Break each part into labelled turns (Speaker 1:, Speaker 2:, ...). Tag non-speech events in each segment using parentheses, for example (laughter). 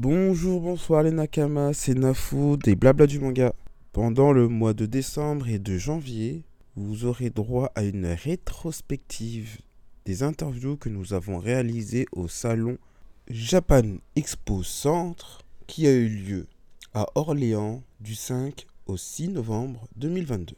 Speaker 1: Bonjour, bonsoir les Nakama, c'est Nafu des Blabla du manga. Pendant le mois de décembre et de janvier, vous aurez droit à une rétrospective des interviews que nous avons réalisées au salon Japan Expo Centre qui a eu lieu à Orléans du 5 au 6 novembre 2022.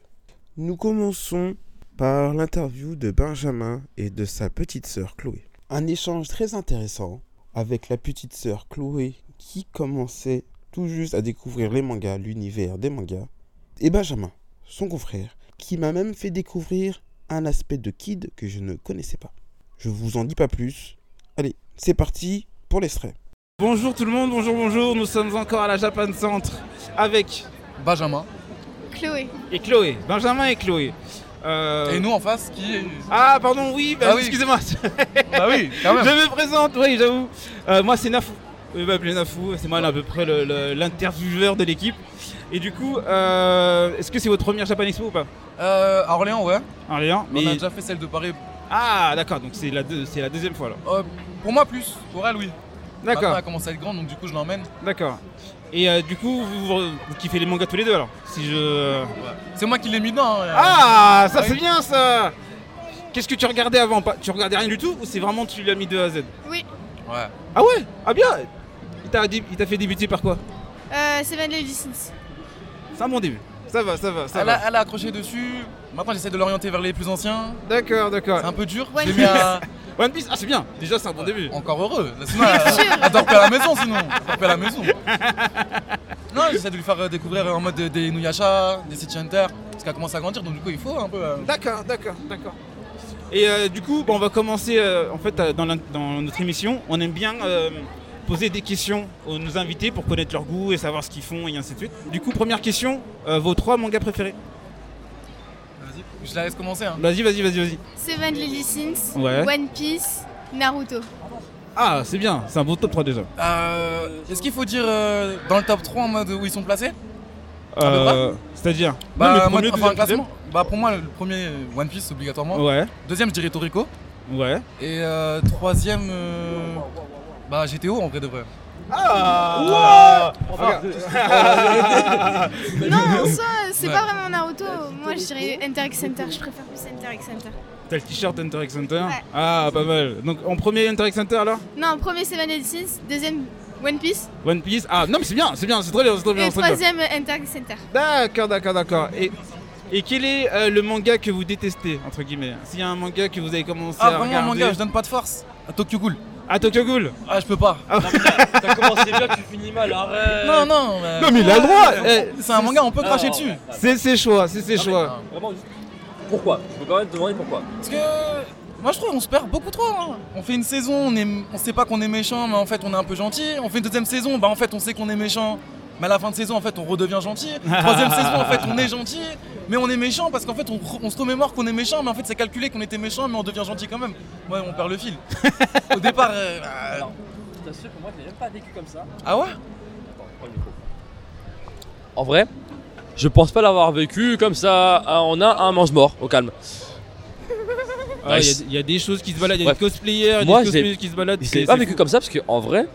Speaker 1: Nous commençons par l'interview de Benjamin et de sa petite sœur Chloé. Un échange très intéressant avec la petite sœur Chloé qui commençait tout juste à découvrir les mangas, l'univers des mangas, et Benjamin, son confrère, qui m'a même fait découvrir un aspect de Kid que je ne connaissais pas. Je vous en dis pas plus. Allez, c'est parti pour l'extrait.
Speaker 2: Bonjour tout le monde, bonjour, bonjour, nous sommes encore à la Japan Centre avec
Speaker 3: Benjamin.
Speaker 4: Chloé.
Speaker 2: et Chloé, Benjamin et Chloé. Euh,
Speaker 3: Et nous en face qui est.
Speaker 2: Ah pardon, oui, bah,
Speaker 3: Ah oui.
Speaker 2: excusez-moi,
Speaker 3: Bah oui, (laughs) quand
Speaker 2: (laughs) je
Speaker 3: même.
Speaker 2: me présente, oui j'avoue. Euh, moi c'est Nafou, vous m'appelez Nafou, c'est moi à peu près le- le- l'intervieweur de l'équipe. Et du coup, euh, est-ce que c'est votre première Japan Expo ou pas
Speaker 3: Euh, à Orléans, ouais.
Speaker 2: Orléans
Speaker 3: On a
Speaker 2: mais-
Speaker 3: déjà fait celle de Paris.
Speaker 2: Ah d'accord, donc c'est la, deux- c'est la deuxième fois alors.
Speaker 3: Euh, pour moi, plus. Pour elle, oui. Maintenant,
Speaker 2: D'accord,
Speaker 3: elle commence à être grande, donc du coup, je l'emmène.
Speaker 2: d'accord. Et euh, du coup, vous, vous- vous kiffez les mangas tous les deux alors Si je...
Speaker 3: C'est moi qui l'ai mis dedans. hein, euh.
Speaker 2: Ah, ça
Speaker 3: Oui.
Speaker 2: c'est bien ça Qu'est-ce que tu regardais avant pas, Tu regardais rien du tout ou c'est vraiment tu l'as mis de A à Z
Speaker 4: Oui.
Speaker 3: Ouais.
Speaker 2: Ah ouais Ah bien Il t'a dé- il t'a fait débuter par quoi
Speaker 4: Euh, Seven Lady Sins.
Speaker 2: C'est un bon début. Ça va, ça va, ça
Speaker 3: Elle
Speaker 2: va.
Speaker 3: a, elle a accroché dessus. Maintenant, j'essaie de l'orienter vers les plus anciens.
Speaker 2: D'accord, d'accord.
Speaker 3: C'est un peu dur.
Speaker 4: Ouais.
Speaker 3: J'ai mis à-
Speaker 2: One Piece, ah c'est bien. Déjà c'est un bon début.
Speaker 3: Encore heureux. Sinon, elle, elle dort plus à la maison, sinon. Elle dort plus à la maison. Non, j'essaie de lui faire euh, découvrir euh, en mode euh, des Inuyasha, des City Hunter. Parce qu'elle commence à grandir, donc du coup, il faut un peu. euh,
Speaker 2: D'accord, d'accord, d'accord. Et euh, du coup, bon, on va commencer euh, en fait euh, dans, l'in- dans notre émission. On aime bien euh, poser des questions aux nos invités pour connaître leur goût et savoir ce qu'ils font et ainsi de suite. Du coup, première question, euh, vos trois mangas préférés.
Speaker 3: Vas-y. Je la laisse commencer. Hein.
Speaker 2: Vas-y, vas-y, vas-y, vas-y.
Speaker 4: Seven Lady Sins.
Speaker 2: Ouais.
Speaker 4: One Piece.
Speaker 2: (laughs)
Speaker 4: Naruto.
Speaker 2: Ah, c'est bien, c'est un beau top 3 déjà.
Speaker 3: Euh, Est-ce qu'il faut dire euh, dans le top 3 en mode où ils sont placés
Speaker 2: Euh, C'est-à-dire
Speaker 3: Ah, Bah,
Speaker 2: Non, mais
Speaker 3: moi,
Speaker 2: premier,
Speaker 3: enfin,
Speaker 2: deuxième,
Speaker 3: classement. Bah, pour moi, le premier euh, One Piece obligatoirement.
Speaker 2: Ouais,
Speaker 3: Deuxième, je dirais Toriko.
Speaker 2: ouais.
Speaker 3: Et euh, troisième, euh, bah GTO en vrai de vrai.
Speaker 2: Ah
Speaker 4: Non, en soi, c'est
Speaker 3: Ouais.
Speaker 4: pas vraiment Naruto. Moi, je dirais Enter x Enter. Je préfère plus Enter x Enter.
Speaker 2: T'as le t-shirt Enter x Hunter
Speaker 4: Ouais.
Speaker 2: Ah, pas mal. Donc en premier Enter x Hunter alors
Speaker 4: Non, premier Seven Lady Sins. Deuxième One Piece.
Speaker 2: One Piece Ah, non, mais c'est bien, c'est bien, c'est très bien, c'est très bien.
Speaker 4: Et
Speaker 2: c'est très bien.
Speaker 4: troisième euh, Enter x Enter.
Speaker 2: D'accord, d'accord, d'accord. Et, et quel est euh, le manga que vous détestez, entre guillemets S'il y a un manga que vous avez commencé
Speaker 3: Ah
Speaker 2: à
Speaker 3: vraiment
Speaker 2: regarder.
Speaker 3: manga, je donne pas de force. À Tokyo Ghoul.
Speaker 2: Ah, Tokyo Ghoul
Speaker 3: Ah je peux pas.
Speaker 5: T'as commencé bien, tu finis mal, arrête
Speaker 3: Non non. Ah, euh,
Speaker 2: Non, mais il a le droit eh,
Speaker 3: C'est un manga, on peut
Speaker 5: Non,
Speaker 3: cracher
Speaker 5: non,
Speaker 3: dessus.
Speaker 5: ouais,
Speaker 2: C'est ses choix, c'est ses choix.
Speaker 3: Ah.
Speaker 5: Vraiment, juste- pourquoi Je peux quand même te demander pourquoi.
Speaker 3: Parce que moi je trouve qu'on se perd beaucoup trop. hein. On fait une saison, on est, on sait pas qu'on est méchant, mais en fait on est un peu gentil. On fait une deuxième saison, bah en fait on sait qu'on est méchant, mais à la fin de saison en fait on redevient
Speaker 5: (laughs)
Speaker 3: gentil. Troisième saison en fait on est gentil, mais on est méchant parce qu'en fait on, re- on se remémore qu'on est méchant, mais en fait c'est calculé qu'on était méchant, mais on devient gentil quand même. Ouais, on perd le
Speaker 5: (laughs)
Speaker 3: fil. Au départ. euh, euh,
Speaker 5: Alors, je t'assure que moi, je l'ai même pas vécu comme ça.
Speaker 3: ah ouais
Speaker 5: Attends, prends le micro. En vrai, je pense pas l'avoir vécu comme ça. Ah, On a un mange-mort, au calme.
Speaker 2: Ah, Il y a-
Speaker 5: Nice.
Speaker 2: il y, a des choses qui se baladent, il y a
Speaker 5: Bref.
Speaker 2: des cosplayers, il y a
Speaker 5: Moi,
Speaker 2: des
Speaker 5: je
Speaker 2: cosplayers qui se baladent.
Speaker 5: Je
Speaker 2: c'est-
Speaker 5: l'ai pas
Speaker 2: c'est
Speaker 5: vécu
Speaker 2: fou.
Speaker 5: comme ça parce que en vrai,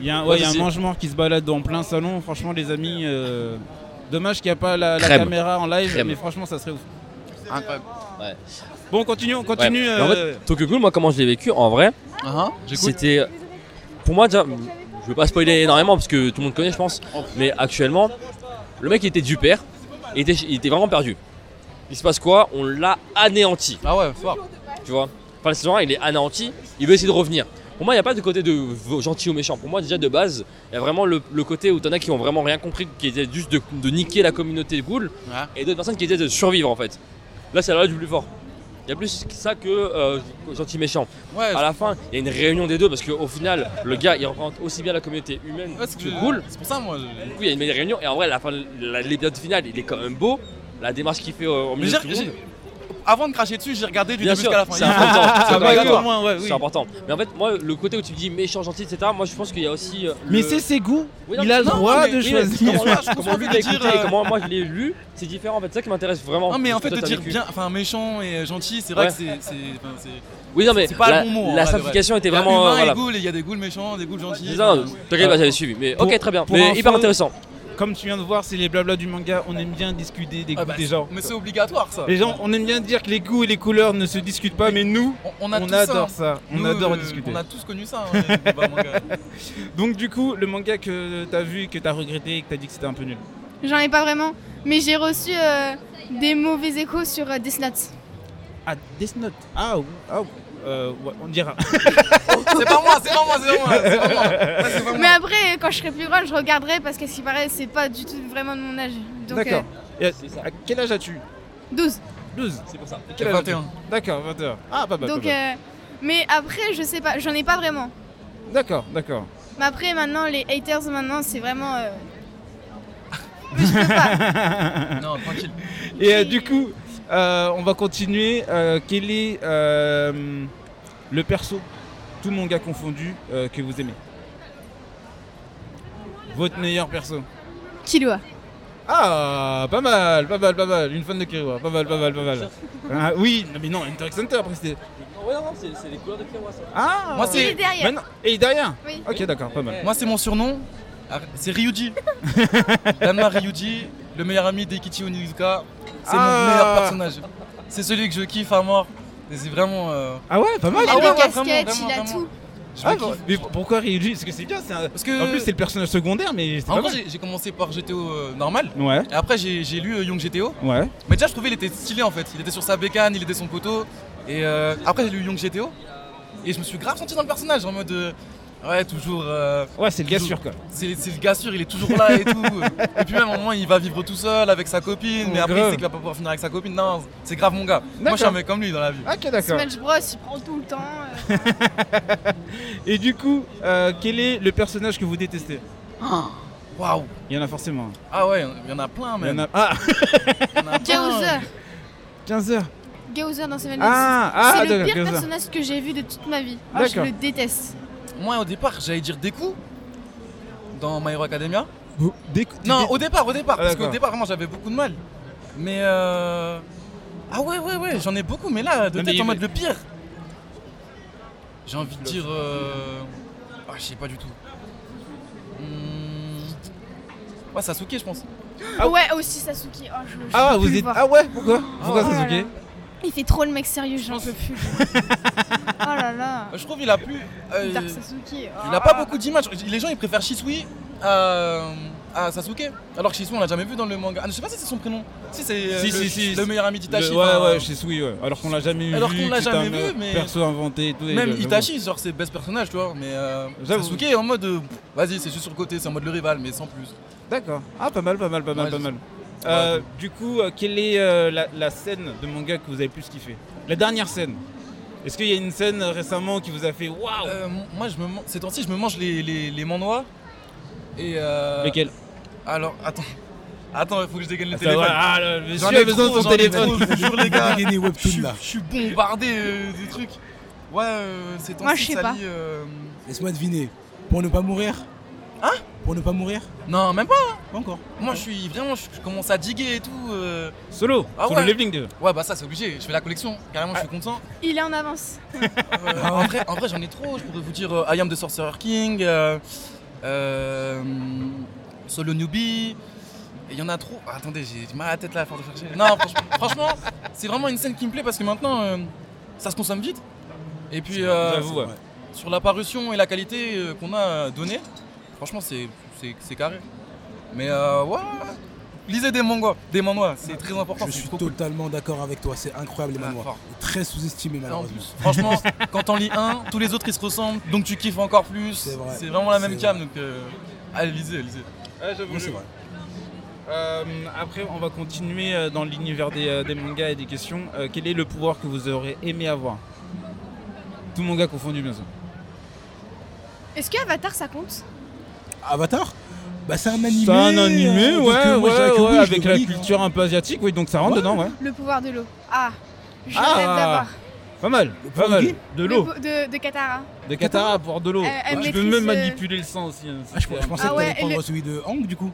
Speaker 2: Il y a un, ouais, il y a un
Speaker 5: Ouais, c'est-
Speaker 2: mange-mort qui se balade en plein salon. Franchement, les amis, euh, dommage qu'il n'y a pas la, la
Speaker 5: Crème.
Speaker 2: caméra en live,
Speaker 5: Crème.
Speaker 2: mais franchement, ça serait ouf.
Speaker 3: Incroyable.
Speaker 2: Bon, continuons, continue.
Speaker 5: Ouais. Mais en fait,
Speaker 2: euh,
Speaker 5: (laughs) Tokyo Ghoul, moi, comment je l'ai vécu, en vrai,
Speaker 3: Ah
Speaker 5: hein?
Speaker 3: ah, j'écoute.
Speaker 5: c'était. Pour moi, déjà, je veux pas spoiler énormément parce que tout le monde connaît, je pense. Mais actuellement, le mec, il était du père. Il était, il était vraiment perdu. Il se passe quoi On l'a anéanti.
Speaker 3: Ah ouais, fort.
Speaker 5: tu vois. Enfin, la saison 1, il est anéanti, il veut essayer de revenir. Pour moi, il n'y a pas de côté de v- gentil ou méchant. Pour moi, déjà de base, il y a vraiment le, le côté où t'en as qui ont vraiment rien compris, qui étaient juste de, de niquer la communauté ghoul,
Speaker 3: Ouais.
Speaker 5: et d'autres personnes qui étaient de survivre en fait. Là, c'est la loi du plus fort. Il y a plus ça que euh, gentil méchant.
Speaker 3: Ouais,
Speaker 5: À la fin, il y a une réunion des deux parce qu'au final, le gars, il représente aussi bien la communauté humaine
Speaker 3: ouais, c'est
Speaker 5: que ghoul.
Speaker 3: C'est pour ça moi. je-
Speaker 5: Du coup, il y a une meilleure réunion, et en vrai, la fin, la- l'épisode final, il est quand même beau. La démarche qu'il fait euh, au
Speaker 3: Mais
Speaker 5: milieu
Speaker 3: j'ai-
Speaker 5: de tout le monde.
Speaker 3: j'ai- Avant de cracher dessus, j'ai regardé du
Speaker 5: Bien
Speaker 3: début
Speaker 5: sûr,
Speaker 3: jusqu'à la fin.
Speaker 5: c'est
Speaker 2: (laughs)
Speaker 5: important. c'est
Speaker 2: ah,
Speaker 5: d'accord
Speaker 2: bah,
Speaker 5: avec
Speaker 2: oui,
Speaker 5: toi.
Speaker 2: au moins, ouais, oui.
Speaker 5: C'est important. Mais en fait, moi, le côté où tu me dis méchant, gentil, etc., moi, je pense qu'il y a aussi. euh,
Speaker 2: Mais
Speaker 5: le-
Speaker 2: c'est ses goûts.
Speaker 5: Oui, non,
Speaker 2: il a le
Speaker 3: non,
Speaker 2: droit
Speaker 3: mais-
Speaker 2: de
Speaker 5: Oui, mais
Speaker 2: choisir.
Speaker 5: comment-
Speaker 3: Je comprends
Speaker 5: Comment lui
Speaker 3: de
Speaker 5: l'a
Speaker 3: dire,
Speaker 5: écouté et
Speaker 3: euh,
Speaker 5: comment moi je l'ai lu, c'est différent. En fait, c'est ça qui m'intéresse vraiment.
Speaker 3: Non mais en
Speaker 5: Parce
Speaker 3: fait
Speaker 5: que
Speaker 3: de
Speaker 5: toi, t'as
Speaker 3: dire
Speaker 5: vécu.
Speaker 3: bien, enfin méchant et gentil, c'est vrai
Speaker 5: Ouais.
Speaker 3: que c'est- c'est, enfin, c'est,
Speaker 5: Oui, non, mais
Speaker 3: C'est pas
Speaker 5: la,
Speaker 3: le bon mot, en
Speaker 5: la
Speaker 3: vrai, de
Speaker 5: simplification était
Speaker 3: Il y a
Speaker 5: vraiment.
Speaker 3: humain
Speaker 5: euh, voilà.
Speaker 3: et ghoul, et il y a des ghouls méchants, des ghouls gentils. Euh,
Speaker 5: C'est ça, non, T'inquiète pas, j'avais suivi. Mais
Speaker 3: Pour-
Speaker 5: ok, très bien.
Speaker 3: pour
Speaker 5: Mais
Speaker 3: info-
Speaker 5: hyper intéressant.
Speaker 2: Comme tu viens de voir, c'est les blabla du manga, on aime bien discuter des
Speaker 3: Ah
Speaker 2: goûts
Speaker 3: bah,
Speaker 2: des gens.
Speaker 3: Mais c'est obligatoire ça.
Speaker 2: Les gens, on aime bien dire que les goûts et les couleurs ne se discutent pas, mais nous,
Speaker 3: On, on
Speaker 2: on,
Speaker 3: a tous
Speaker 2: adore
Speaker 3: ça.
Speaker 2: ça, on
Speaker 3: Nous,
Speaker 2: adore
Speaker 3: euh,
Speaker 2: discuter.
Speaker 3: On a tous connu ça. hein, les combats manga.
Speaker 2: Donc du coup, le manga que t'as vu, que t'as regretté et que t'as dit que c'était un peu nul.
Speaker 4: J'en ai pas vraiment, mais j'ai reçu euh, des mauvais échos sur euh, Death Note.
Speaker 2: Ah, Death Note. Ah, ou- ah ou- euh, ouais, on dira.
Speaker 3: c'est pas moi, c'est pas moi, c'est pas moi. C'est pas moi. Ouais, c'est pas moi.
Speaker 4: Mais après, quand je serai plus grande, je regarderai parce qu'à ce qui paraît, c'est pas du tout vraiment de mon âge. Donc, euh,
Speaker 2: D'accord. Et à- À quel âge as-tu
Speaker 4: 12.
Speaker 2: 12.
Speaker 5: C'est pour ça.
Speaker 2: Quel âge as-tu
Speaker 3: 21.
Speaker 2: D'accord, 21. Ah, pas mal.
Speaker 4: Donc,
Speaker 2: pas mal.
Speaker 4: euh, mais après, je sais pas, j'en ai pas vraiment.
Speaker 2: D'accord, d'accord.
Speaker 4: Mais après, maintenant, les haters, maintenant, c'est vraiment. euh, (laughs) mais je peux pas.
Speaker 3: Non, tranquille.
Speaker 2: Et euh, du coup, euh, on va continuer. Euh, quel est euh, le perso, tout manga confondu, euh, que vous aimez Votre meilleur perso
Speaker 4: Killua.
Speaker 2: Ah, pas mal, pas mal, pas mal. Une fan de Kiriwa, pas mal, pas mal, pas mal. Ah, oui, non, mais non, Enter X Hunter, après c'était.
Speaker 5: Ouais, non, c'est les couleurs de Kawa ça.
Speaker 2: Ah
Speaker 3: Moi,
Speaker 4: Il
Speaker 3: c'est-
Speaker 4: est derrière.
Speaker 2: Mais non, Et derrière
Speaker 4: Oui.
Speaker 2: Ok, d'accord, pas mal.
Speaker 3: Moi, c'est mon surnom. Arr- C'est
Speaker 2: (laughs)
Speaker 3: Ryuji. Danma Ryuji, le meilleur ami d'Ekichi Onizuka. C'est
Speaker 2: Ah.
Speaker 3: mon meilleur personnage. C'est celui que je kiffe à mort. Et C'est vraiment. euh,
Speaker 2: Ah ouais, pas mal.
Speaker 4: Il a
Speaker 3: Ah
Speaker 4: des
Speaker 3: ouais, ouais,
Speaker 4: casquettes,
Speaker 3: vraiment, vraiment,
Speaker 4: il a
Speaker 3: vraiment.
Speaker 4: tout.
Speaker 3: je
Speaker 2: Ah,
Speaker 3: le kiffe.
Speaker 2: mais pourquoi Ryuji Parce que c'est bien, c'est un-
Speaker 3: Parce que.
Speaker 2: En plus, c'est le personnage secondaire, mais c'est
Speaker 3: en
Speaker 2: pas
Speaker 3: vrai,
Speaker 2: mal.
Speaker 3: j'ai- j'ai commencé par GTO euh, normal.
Speaker 2: Ouais,
Speaker 3: Et après, j'ai j'ai lu euh, Young GTO.
Speaker 2: ouais.
Speaker 3: Mais déjà, je trouvais il était stylé en fait. Il était sur sa bécane, il était son poteau. Et euh, après, j'ai lu Young GTO. Et je me suis grave senti dans le personnage en mode. euh, ouais, toujours. euh,
Speaker 2: Ouais, c'est le gars
Speaker 3: Toujours.
Speaker 2: sûr, quoi.
Speaker 3: C'est c'est le gars sûr, il est toujours là et
Speaker 2: (laughs)
Speaker 3: tout. et puis même au moins il va vivre tout seul avec sa copine, mais
Speaker 2: Oh,
Speaker 3: après
Speaker 2: grave.
Speaker 3: il sait qu'il va pas pouvoir finir avec sa copine. Non, c'est grave mon gars. Moi je suis
Speaker 2: D'accord.
Speaker 3: un mec comme lui dans la vie.
Speaker 2: Ah, Ok, d'accord.
Speaker 4: Smash Bros, il prend tout le temps. (laughs) euh.
Speaker 2: Et du coup, euh, quel est le personnage que vous détestez
Speaker 3: Waouh.
Speaker 2: Il y en a forcément.
Speaker 3: Ah ouais, il y en a plein
Speaker 2: Il y en
Speaker 3: même.
Speaker 2: a. Ah (laughs)
Speaker 3: Il y en a plein.
Speaker 4: Gaozer.
Speaker 2: 15h
Speaker 4: Gaozer dans Seven Days.
Speaker 2: Ah Ah
Speaker 4: c'est le
Speaker 2: d'accord,
Speaker 4: pire
Speaker 2: 15 heures.
Speaker 4: personnage que j'ai vu de toute ma vie. Moi, je
Speaker 2: D'accord.
Speaker 4: le déteste.
Speaker 3: Moi au départ j'allais dire Deku dans My Hero Academia.
Speaker 2: Vous- dès que-
Speaker 3: Non,
Speaker 2: dès-
Speaker 3: au départ, au départ,
Speaker 2: Ah,
Speaker 3: parce
Speaker 2: d'accord.
Speaker 3: qu'au départ vraiment j'avais beaucoup de mal. Mais euh... Ah ouais, ouais, ouais, j'en ai beaucoup, mais là, de
Speaker 2: Non, mais
Speaker 3: tête
Speaker 2: il-
Speaker 3: en mode le pire. J'ai envie de dire. euh, Ah, je sais pas du tout. Hmm. Ouais, Sasuke, je pense.
Speaker 2: Ah.
Speaker 4: Ouais, aussi Sasuke. Oh, je, je
Speaker 2: Ah
Speaker 4: peux
Speaker 2: vous
Speaker 4: le
Speaker 2: êtes
Speaker 4: voir.
Speaker 2: ah ouais pourquoi pourquoi
Speaker 3: ouais.
Speaker 2: Sasuke
Speaker 4: Voilà. Il fait trop le mec sérieux, j'en peux plus.
Speaker 2: (laughs)
Speaker 4: oh là
Speaker 2: Ah,
Speaker 4: là.
Speaker 3: Je trouve qu'il a plus. euh,
Speaker 4: Dark Sasuke. oh.
Speaker 3: il a pas beaucoup d'images. Les gens, ils préfèrent Shisui à, à Sasuke. Alors que Shisui, on l'a jamais vu dans le manga. Ah, je sais pas si c'est son prénom. Si, c'est euh,
Speaker 2: Si,
Speaker 3: le,
Speaker 2: si, si.
Speaker 3: le meilleur ami d'Itachi.
Speaker 2: Le- ouais
Speaker 3: enfin,
Speaker 2: ouais chez Sui ouais. alors qu'on l'a jamais
Speaker 3: Alors
Speaker 2: vu
Speaker 3: qu'on l'a
Speaker 2: que c'est
Speaker 3: jamais
Speaker 2: un,
Speaker 3: vu,
Speaker 2: euh,
Speaker 3: mais-
Speaker 2: perso inventé et tout et
Speaker 3: Même
Speaker 2: j'avoue.
Speaker 3: Itachi, genre c'est le best personnage, tu vois. Mais euh,
Speaker 2: J'avoue.
Speaker 3: Sasuke est en mode, euh, pff, vas-y, c'est juste sur le côté, c'est en mode le rival, mais sans plus.
Speaker 2: d'accord ah pas mal pas mal pas mal
Speaker 3: Ouais,
Speaker 2: pas
Speaker 3: je-
Speaker 2: mal Euh, du coup euh, quelle est euh, la, la scène de manga que vous avez plus kiffé la dernière scène est-ce qu'il y a une scène euh, récemment qui vous a fait waouh
Speaker 3: Euh, m- moi, je me, man- ces temps-ci, je me mange les, les, les mandois. Et euh,
Speaker 2: Lequel
Speaker 3: Alors, attends, attends, il faut que je dégaine le
Speaker 2: Ah, ça va,
Speaker 3: téléphone.
Speaker 2: ah, le
Speaker 3: J'en
Speaker 2: monsieur a
Speaker 3: ai
Speaker 2: besoin
Speaker 3: trop,
Speaker 2: de son
Speaker 3: j'en ai
Speaker 2: téléphone
Speaker 3: trop, je vous jure, les gars.
Speaker 6: Gagné
Speaker 3: Je
Speaker 6: Webtoon
Speaker 3: suis-
Speaker 6: là.
Speaker 3: je suis bombardé euh, des trucs. Ouais, euh, ces temps-ci,
Speaker 4: Moi, je sais
Speaker 3: ça
Speaker 4: pas.
Speaker 3: lie, euh,
Speaker 6: Laisse-moi deviner. Pour ne pas mourir
Speaker 3: Hein
Speaker 6: Pour ne pas mourir
Speaker 3: Non, même pas. hein.
Speaker 6: Pas encore.
Speaker 3: Moi, je suis vraiment, je je commence à diguer et tout. euh.
Speaker 2: solo
Speaker 3: Ah
Speaker 2: solo
Speaker 3: ouais.
Speaker 2: leveling déjà.
Speaker 3: Ouais, bah ça, c'est obligé. Je fais la collection. Carrément, je suis content.
Speaker 4: Il est en avance.
Speaker 3: Euh, en vrai, en vrai, j'en ai trop. Je pourrais vous dire euh, I Am the Sorcerer King, euh, euh, Solo Newbie. Il y en a trop. Ah, attendez, j'ai j'ai mal à la tête là à force de chercher. Non, franch- franchement, c'est vraiment une scène qui me plaît parce que maintenant, euh, ça se consomme vite. Et puis, euh,
Speaker 2: J'avoue, ouais.
Speaker 3: sur la parution et la qualité euh, qu'on a euh, donnée, franchement, c'est- c'est c'est carré. Mais euh, ouais, lisez des mangas, des manhwa, c'est très important.
Speaker 6: Je
Speaker 3: c'est
Speaker 6: suis
Speaker 3: trop cool.
Speaker 6: totalement d'accord avec toi, c'est incroyable les
Speaker 3: Ah,
Speaker 6: manoirs.
Speaker 3: fort.
Speaker 6: Très sous-estimé
Speaker 3: Et en
Speaker 6: malheureusement.
Speaker 3: plus, franchement, quand t'en lis un, tous les autres ils se ressemblent, donc tu kiffes encore plus.
Speaker 6: C'est vrai.
Speaker 3: C'est vraiment la même
Speaker 6: C'est
Speaker 3: cam, donc euh, allez, lisez, lisez.
Speaker 2: Ah, j'avoue,
Speaker 6: Non, c'est
Speaker 2: j'avoue.
Speaker 6: vrai.
Speaker 2: Euh, après, on va continuer euh, dans l'univers des, euh, des mangas et des questions. Euh, quel est le pouvoir que vous aurez aimé avoir Tout manga confondu, bien sûr.
Speaker 4: Est-ce que Avatar ça compte
Speaker 6: Avatar Bah c'est un animé.
Speaker 2: C'est un animé,
Speaker 6: euh, donc,
Speaker 2: ouais,
Speaker 6: euh, moi, je dirais
Speaker 2: ouais,
Speaker 6: que
Speaker 2: ouais,
Speaker 6: oui, je
Speaker 2: avec
Speaker 6: le
Speaker 2: la
Speaker 6: valide, hein.
Speaker 2: culture un peu asiatique, oui, donc ça rentre
Speaker 6: Ouais.
Speaker 2: dedans, ouais.
Speaker 4: Le pouvoir de l'eau. Ah, je
Speaker 2: Ah.
Speaker 4: rêve d'avoir.
Speaker 2: Pas mal,
Speaker 6: Le
Speaker 2: pas mal.
Speaker 6: Furugi
Speaker 2: De
Speaker 4: Le
Speaker 2: l'eau,
Speaker 4: po- De, hein. de Katara.
Speaker 2: de Katara pour de l'eau.
Speaker 4: Euh, elle
Speaker 2: Tu peux
Speaker 4: maîtrise,
Speaker 2: même
Speaker 4: euh,
Speaker 2: manipuler le sang aussi. hein,
Speaker 6: Ah, je,
Speaker 2: si
Speaker 6: je
Speaker 2: t'es-
Speaker 6: pensais
Speaker 4: Ah
Speaker 6: que
Speaker 4: ouais,
Speaker 6: t'allais prendre
Speaker 4: le-
Speaker 6: celui de Hang du coup.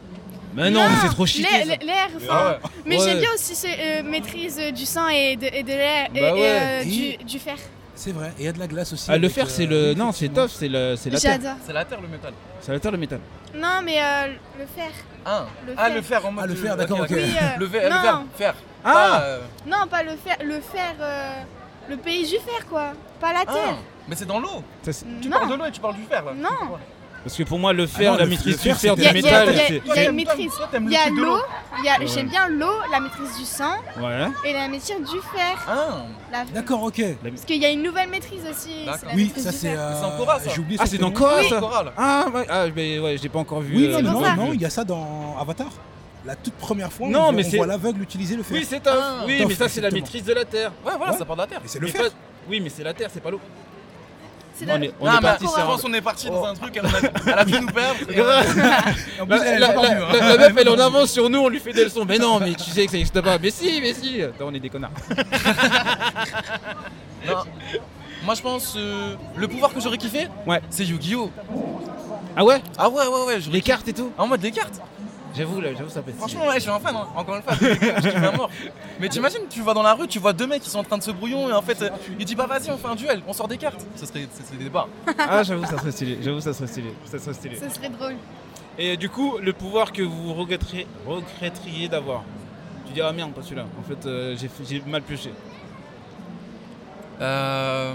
Speaker 2: Mais Ah non, mais c'est trop chiqué.
Speaker 4: L'air-
Speaker 2: ça.
Speaker 4: L'air,
Speaker 3: Ah
Speaker 4: enfin.
Speaker 3: ouais.
Speaker 4: Mais
Speaker 2: Ouais.
Speaker 4: j'aime bien aussi ce euh, maîtrise euh, du sang et de, et de l'air et,
Speaker 2: Bah
Speaker 4: et, euh,
Speaker 6: ouais.
Speaker 4: du, du fer.
Speaker 6: C'est vrai, et il y a de la glace aussi.
Speaker 2: Ah, le
Speaker 6: avec,
Speaker 2: fer,
Speaker 6: euh,
Speaker 2: c'est le. Non, c'est
Speaker 6: effectivement.
Speaker 2: tough, c'est le... c'est la terre.
Speaker 4: J'adore.
Speaker 3: C'est la terre, le métal.
Speaker 2: C'est la terre, le métal.
Speaker 4: Non, mais euh, le fer.
Speaker 3: Ah,
Speaker 4: Le
Speaker 3: ah,
Speaker 4: fer.
Speaker 3: le fer en mode.
Speaker 6: Ah, le
Speaker 3: de-
Speaker 6: fer, d'accord, ok.
Speaker 4: Oui, euh,
Speaker 3: (laughs) Le ver- le
Speaker 4: non,
Speaker 3: ver- fer.
Speaker 2: Ah
Speaker 3: Pas, euh,
Speaker 4: non, pas le fer. Le fer. euh, le pays du fer, quoi. Pas la
Speaker 3: ah,
Speaker 4: terre.
Speaker 3: mais c'est dans l'eau.
Speaker 2: Ça, c'est-
Speaker 3: Tu
Speaker 4: non.
Speaker 3: parles de l'eau et tu parles du fer là.
Speaker 4: Non.
Speaker 2: Parce que pour moi, le
Speaker 6: Ah
Speaker 2: fer,
Speaker 6: non,
Speaker 2: la
Speaker 6: le-
Speaker 2: maîtrise
Speaker 6: le
Speaker 2: du
Speaker 6: fer,
Speaker 2: fer,
Speaker 6: c'est
Speaker 2: du
Speaker 4: Il y a-
Speaker 2: métal.
Speaker 4: il y a-
Speaker 2: c'est-
Speaker 4: il y a
Speaker 3: Toi,
Speaker 4: une
Speaker 3: t'aimes-
Speaker 4: maîtrise.
Speaker 3: toi, t'aimes
Speaker 4: Il
Speaker 3: le
Speaker 4: y a
Speaker 3: truc de Ah
Speaker 4: l'eau. il y a-
Speaker 2: Ouais.
Speaker 4: J'aime bien l'eau, la maîtrise du sang
Speaker 2: Voilà.
Speaker 4: et la maîtrise du fer.
Speaker 3: Ah,
Speaker 4: La-
Speaker 6: D'accord, ok.
Speaker 4: Parce qu'il y a une nouvelle maîtrise aussi.
Speaker 3: D'accord.
Speaker 4: c'est la
Speaker 6: Oui,
Speaker 4: maîtrise
Speaker 6: ça
Speaker 4: du
Speaker 6: c'est.
Speaker 4: fer.
Speaker 6: euh,
Speaker 3: C'est en Cora, ça.
Speaker 6: J'ai oublié
Speaker 2: Ah,
Speaker 6: son
Speaker 2: c'est dans
Speaker 6: prénom.
Speaker 2: Korra,
Speaker 3: oui,
Speaker 2: ça
Speaker 3: Coral.
Speaker 2: Ah, ouais, ah, mais ouais, je l'ai pas encore vu.
Speaker 6: Oui,
Speaker 2: euh,
Speaker 6: non, mais
Speaker 4: pour ça.
Speaker 6: non, non, il y a ça dans Avatar. La toute première fois,
Speaker 2: Non,
Speaker 6: on,
Speaker 2: mais
Speaker 6: on
Speaker 2: c'est-
Speaker 6: voit l'aveugle utiliser le fer.
Speaker 2: Oui, c'est tough.
Speaker 3: Ah,
Speaker 2: oui,
Speaker 6: tough,
Speaker 2: mais ça, c'est la
Speaker 6: exactement.
Speaker 2: maîtrise de la terre.
Speaker 3: Ouais, voilà,
Speaker 6: Ouais.
Speaker 3: ça part de la terre.
Speaker 6: Et c'est le
Speaker 2: Mais
Speaker 6: fer.
Speaker 2: pas- Oui, mais c'est la terre, c'est pas l'eau.
Speaker 4: C'est
Speaker 2: On
Speaker 4: la-
Speaker 2: est, on
Speaker 3: Ah,
Speaker 2: est
Speaker 3: mais
Speaker 2: parti
Speaker 3: je
Speaker 4: pour
Speaker 2: sur un-
Speaker 3: pense qu'on est parti
Speaker 2: Oh.
Speaker 3: dans un truc, elle en a- elle a pu nous perdre. et-
Speaker 6: (laughs) En plus,
Speaker 2: La,
Speaker 6: Ah elle
Speaker 2: la-
Speaker 6: est pas
Speaker 2: la-
Speaker 6: venue, hein.
Speaker 2: la- la meuf, elle est en avance sur nous, on lui fait des leçons. Mais non, mais tu sais que ça existe pas. Mais si, mais si. Attends, on est des connards.
Speaker 3: Non. Moi je pense euh, le pouvoir que j'aurais kiffé,
Speaker 2: Ouais.
Speaker 3: c'est Yu-Gi-Oh!
Speaker 2: Ah ouais
Speaker 3: Ah ouais ouais ouais, je
Speaker 2: Les cartes et tout
Speaker 3: En mode des cartes
Speaker 2: J'avoue, là, j'avoue, ça peut être.
Speaker 3: Franchement ouais je suis un fan, hein. encore une fois, je kiffe à (laughs) mort. Mais t'imagines tu vas dans la rue, tu vois deux mecs qui sont en train de se brouillon et en fait euh, il dit bah vas-y on fait un duel, on sort des cartes. Ce serait, ce serait des débats.
Speaker 2: Ah, j'avoue, ça serait stylé. J'avoue, ça serait stylé. Ça serait stylé.
Speaker 4: Ce serait drôle.
Speaker 2: Et euh, du coup, le pouvoir que vous regretteriez, regretteriez d'avoir Tu dis, ah merde, pas celui-là. En fait, euh, j'ai- j'ai mal pioché.
Speaker 3: Euh,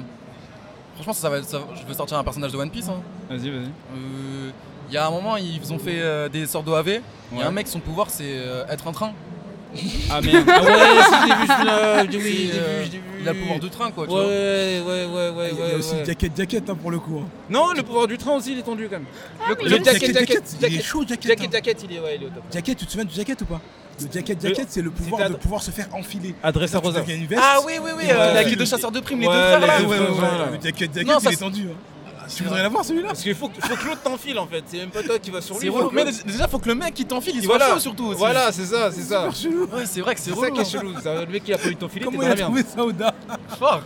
Speaker 3: Franchement ça, ça va, ça va- je veux sortir un personnage de One Piece. hein.
Speaker 2: Vas-y, vas-y.
Speaker 3: Euh, Il y a un moment ils ont fait euh, des sorts d'OAV, il y
Speaker 2: Ouais.
Speaker 3: a un mec son pouvoir c'est euh, être un train.
Speaker 2: Ah merde. Ah ouais, si, j'ai vu celui-là. J'ai oui,
Speaker 3: C'est,
Speaker 2: j'ai
Speaker 3: euh,
Speaker 2: vu, j'ai vu.
Speaker 3: Il a le pouvoir de train quoi tu vois.
Speaker 2: Ouais, ouais, ouais, ouais,
Speaker 6: Il y
Speaker 2: ouais.
Speaker 6: a aussi
Speaker 2: ouais.
Speaker 6: le jacket, jacket hein, pour le coup. hein.
Speaker 2: Non, le pouvoir du train aussi, il est tendu quand même.
Speaker 4: mais
Speaker 2: Ah, le
Speaker 4: j'aime
Speaker 2: jacket, jacket,
Speaker 6: Il est
Speaker 2: jacket.
Speaker 6: chaud, jacket.
Speaker 2: Jacket,
Speaker 6: hein.
Speaker 2: jacket, il est, ouais, il est au top.
Speaker 6: Jacket, tu te souviens du jacket ou pas Le jacket, jacket, c'est le pouvoir
Speaker 2: c'était
Speaker 6: de
Speaker 2: à-
Speaker 6: pouvoir se faire enfiler.
Speaker 2: Adresse à
Speaker 6: Tu
Speaker 2: Rosa.
Speaker 6: deviens une veste.
Speaker 3: Ah oui oui oui,
Speaker 6: Ouais.
Speaker 3: euh, avec les deux chasseurs de primes, les
Speaker 2: Ouais,
Speaker 3: deux frères
Speaker 2: les
Speaker 3: là.
Speaker 6: Ouais, ouais, ouais,
Speaker 2: Voilà.
Speaker 6: Le jacket, jacket,
Speaker 3: Non, ça,
Speaker 6: il est
Speaker 3: c'est-
Speaker 6: tendu. hein. Tu
Speaker 2: Ah,
Speaker 3: c'est
Speaker 6: voudrais l'avoir celui-là
Speaker 2: Parce qu'il faut, que- faut que l'autre t'enfile en fait. C'est même pas toi qui vas sur lui.
Speaker 3: C'est
Speaker 2: faut
Speaker 3: relou.
Speaker 2: que
Speaker 3: Mais
Speaker 2: l'autre-
Speaker 3: dé- déjà, faut que le mec il t'enfile, il soit
Speaker 2: Voilà.
Speaker 3: chaud surtout. aussi.
Speaker 2: Voilà, c'est ça, c'est ça.
Speaker 6: Super chelou.
Speaker 3: Ouais, c'est vrai que c'est
Speaker 2: C'est ça
Speaker 3: relou.
Speaker 2: qui est chelou. ça. Le mec qui a pas eu ton filet, t'es
Speaker 6: Comment
Speaker 2: dans
Speaker 6: il a
Speaker 2: la merde.
Speaker 6: trouvé ça, Oda
Speaker 3: hein. Fort.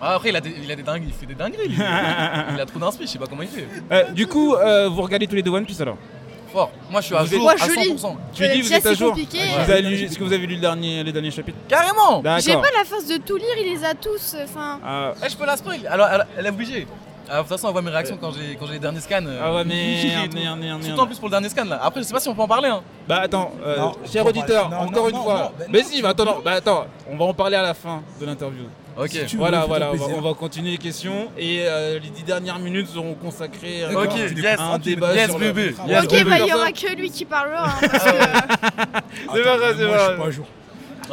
Speaker 3: Ah, après, il a des, il a des dingueries, il fait des dingueries. lui. il a trop d'inspi, je sais pas comment il fait.
Speaker 2: Euh, du coup, euh, vous regardez tous les deux One Piece alors
Speaker 3: Euh, Fort. Moi, je suis à
Speaker 2: Vous êtes-
Speaker 3: jour
Speaker 4: Moi,
Speaker 3: à
Speaker 4: je lis.
Speaker 3: 100%.
Speaker 2: Tu dis, vous
Speaker 4: déjà,
Speaker 2: êtes à
Speaker 4: c'est
Speaker 2: jour.
Speaker 4: compliqué.
Speaker 2: Vous avez lu- Est-ce que vous avez lu le dernier, les derniers chapitres
Speaker 3: Carrément.
Speaker 4: J'ai
Speaker 2: D'accord.
Speaker 4: pas la force de tout lire, il les a tous. euh, Enfin,
Speaker 2: Ah,
Speaker 3: Eh, je peux la spoil. Alors, elle, elle est obligée. Ah, de toute façon, on voit mes réactions quand j'ai quand j'ai les derniers scans. euh,
Speaker 2: ah ouais,
Speaker 3: (laughs) j'ai et
Speaker 2: merde,
Speaker 3: tout.
Speaker 2: merde, merde,
Speaker 3: Surtout en
Speaker 2: merde.
Speaker 3: plus pour le dernier scan là. Après, je sais pas si on peut en parler. Hein.
Speaker 2: Bah attends, euh,
Speaker 6: Non,
Speaker 2: cher
Speaker 6: non,
Speaker 2: auditeur,
Speaker 6: non,
Speaker 2: encore
Speaker 6: non,
Speaker 2: une
Speaker 6: non,
Speaker 2: fois.
Speaker 6: non, ben
Speaker 2: mais
Speaker 6: non,
Speaker 2: si, mais attends, non, bah attends, on va en parler à la fin de l'interview.
Speaker 3: Ok.
Speaker 6: Si tu veux,
Speaker 2: Voilà,
Speaker 6: fais-toi
Speaker 2: voilà, on va,
Speaker 6: plaisir.
Speaker 2: on va continuer les questions et euh, les dix dernières minutes seront consacrées euh, à
Speaker 3: Ok,
Speaker 6: tu les
Speaker 3: yes,
Speaker 6: prends,
Speaker 2: un
Speaker 6: tu les
Speaker 2: débat
Speaker 6: prends.
Speaker 3: yes,
Speaker 2: sur
Speaker 3: bébé.
Speaker 6: le-
Speaker 2: Ah, Yes,
Speaker 4: ok,
Speaker 2: bébé.
Speaker 4: bah il y aura que lui qui parlera. hein, parce que-
Speaker 6: Attends,
Speaker 2: C'est pas ça,
Speaker 6: mais
Speaker 2: c'est
Speaker 6: moi,
Speaker 2: pas
Speaker 6: je
Speaker 2: ça.
Speaker 6: suis pas à jour.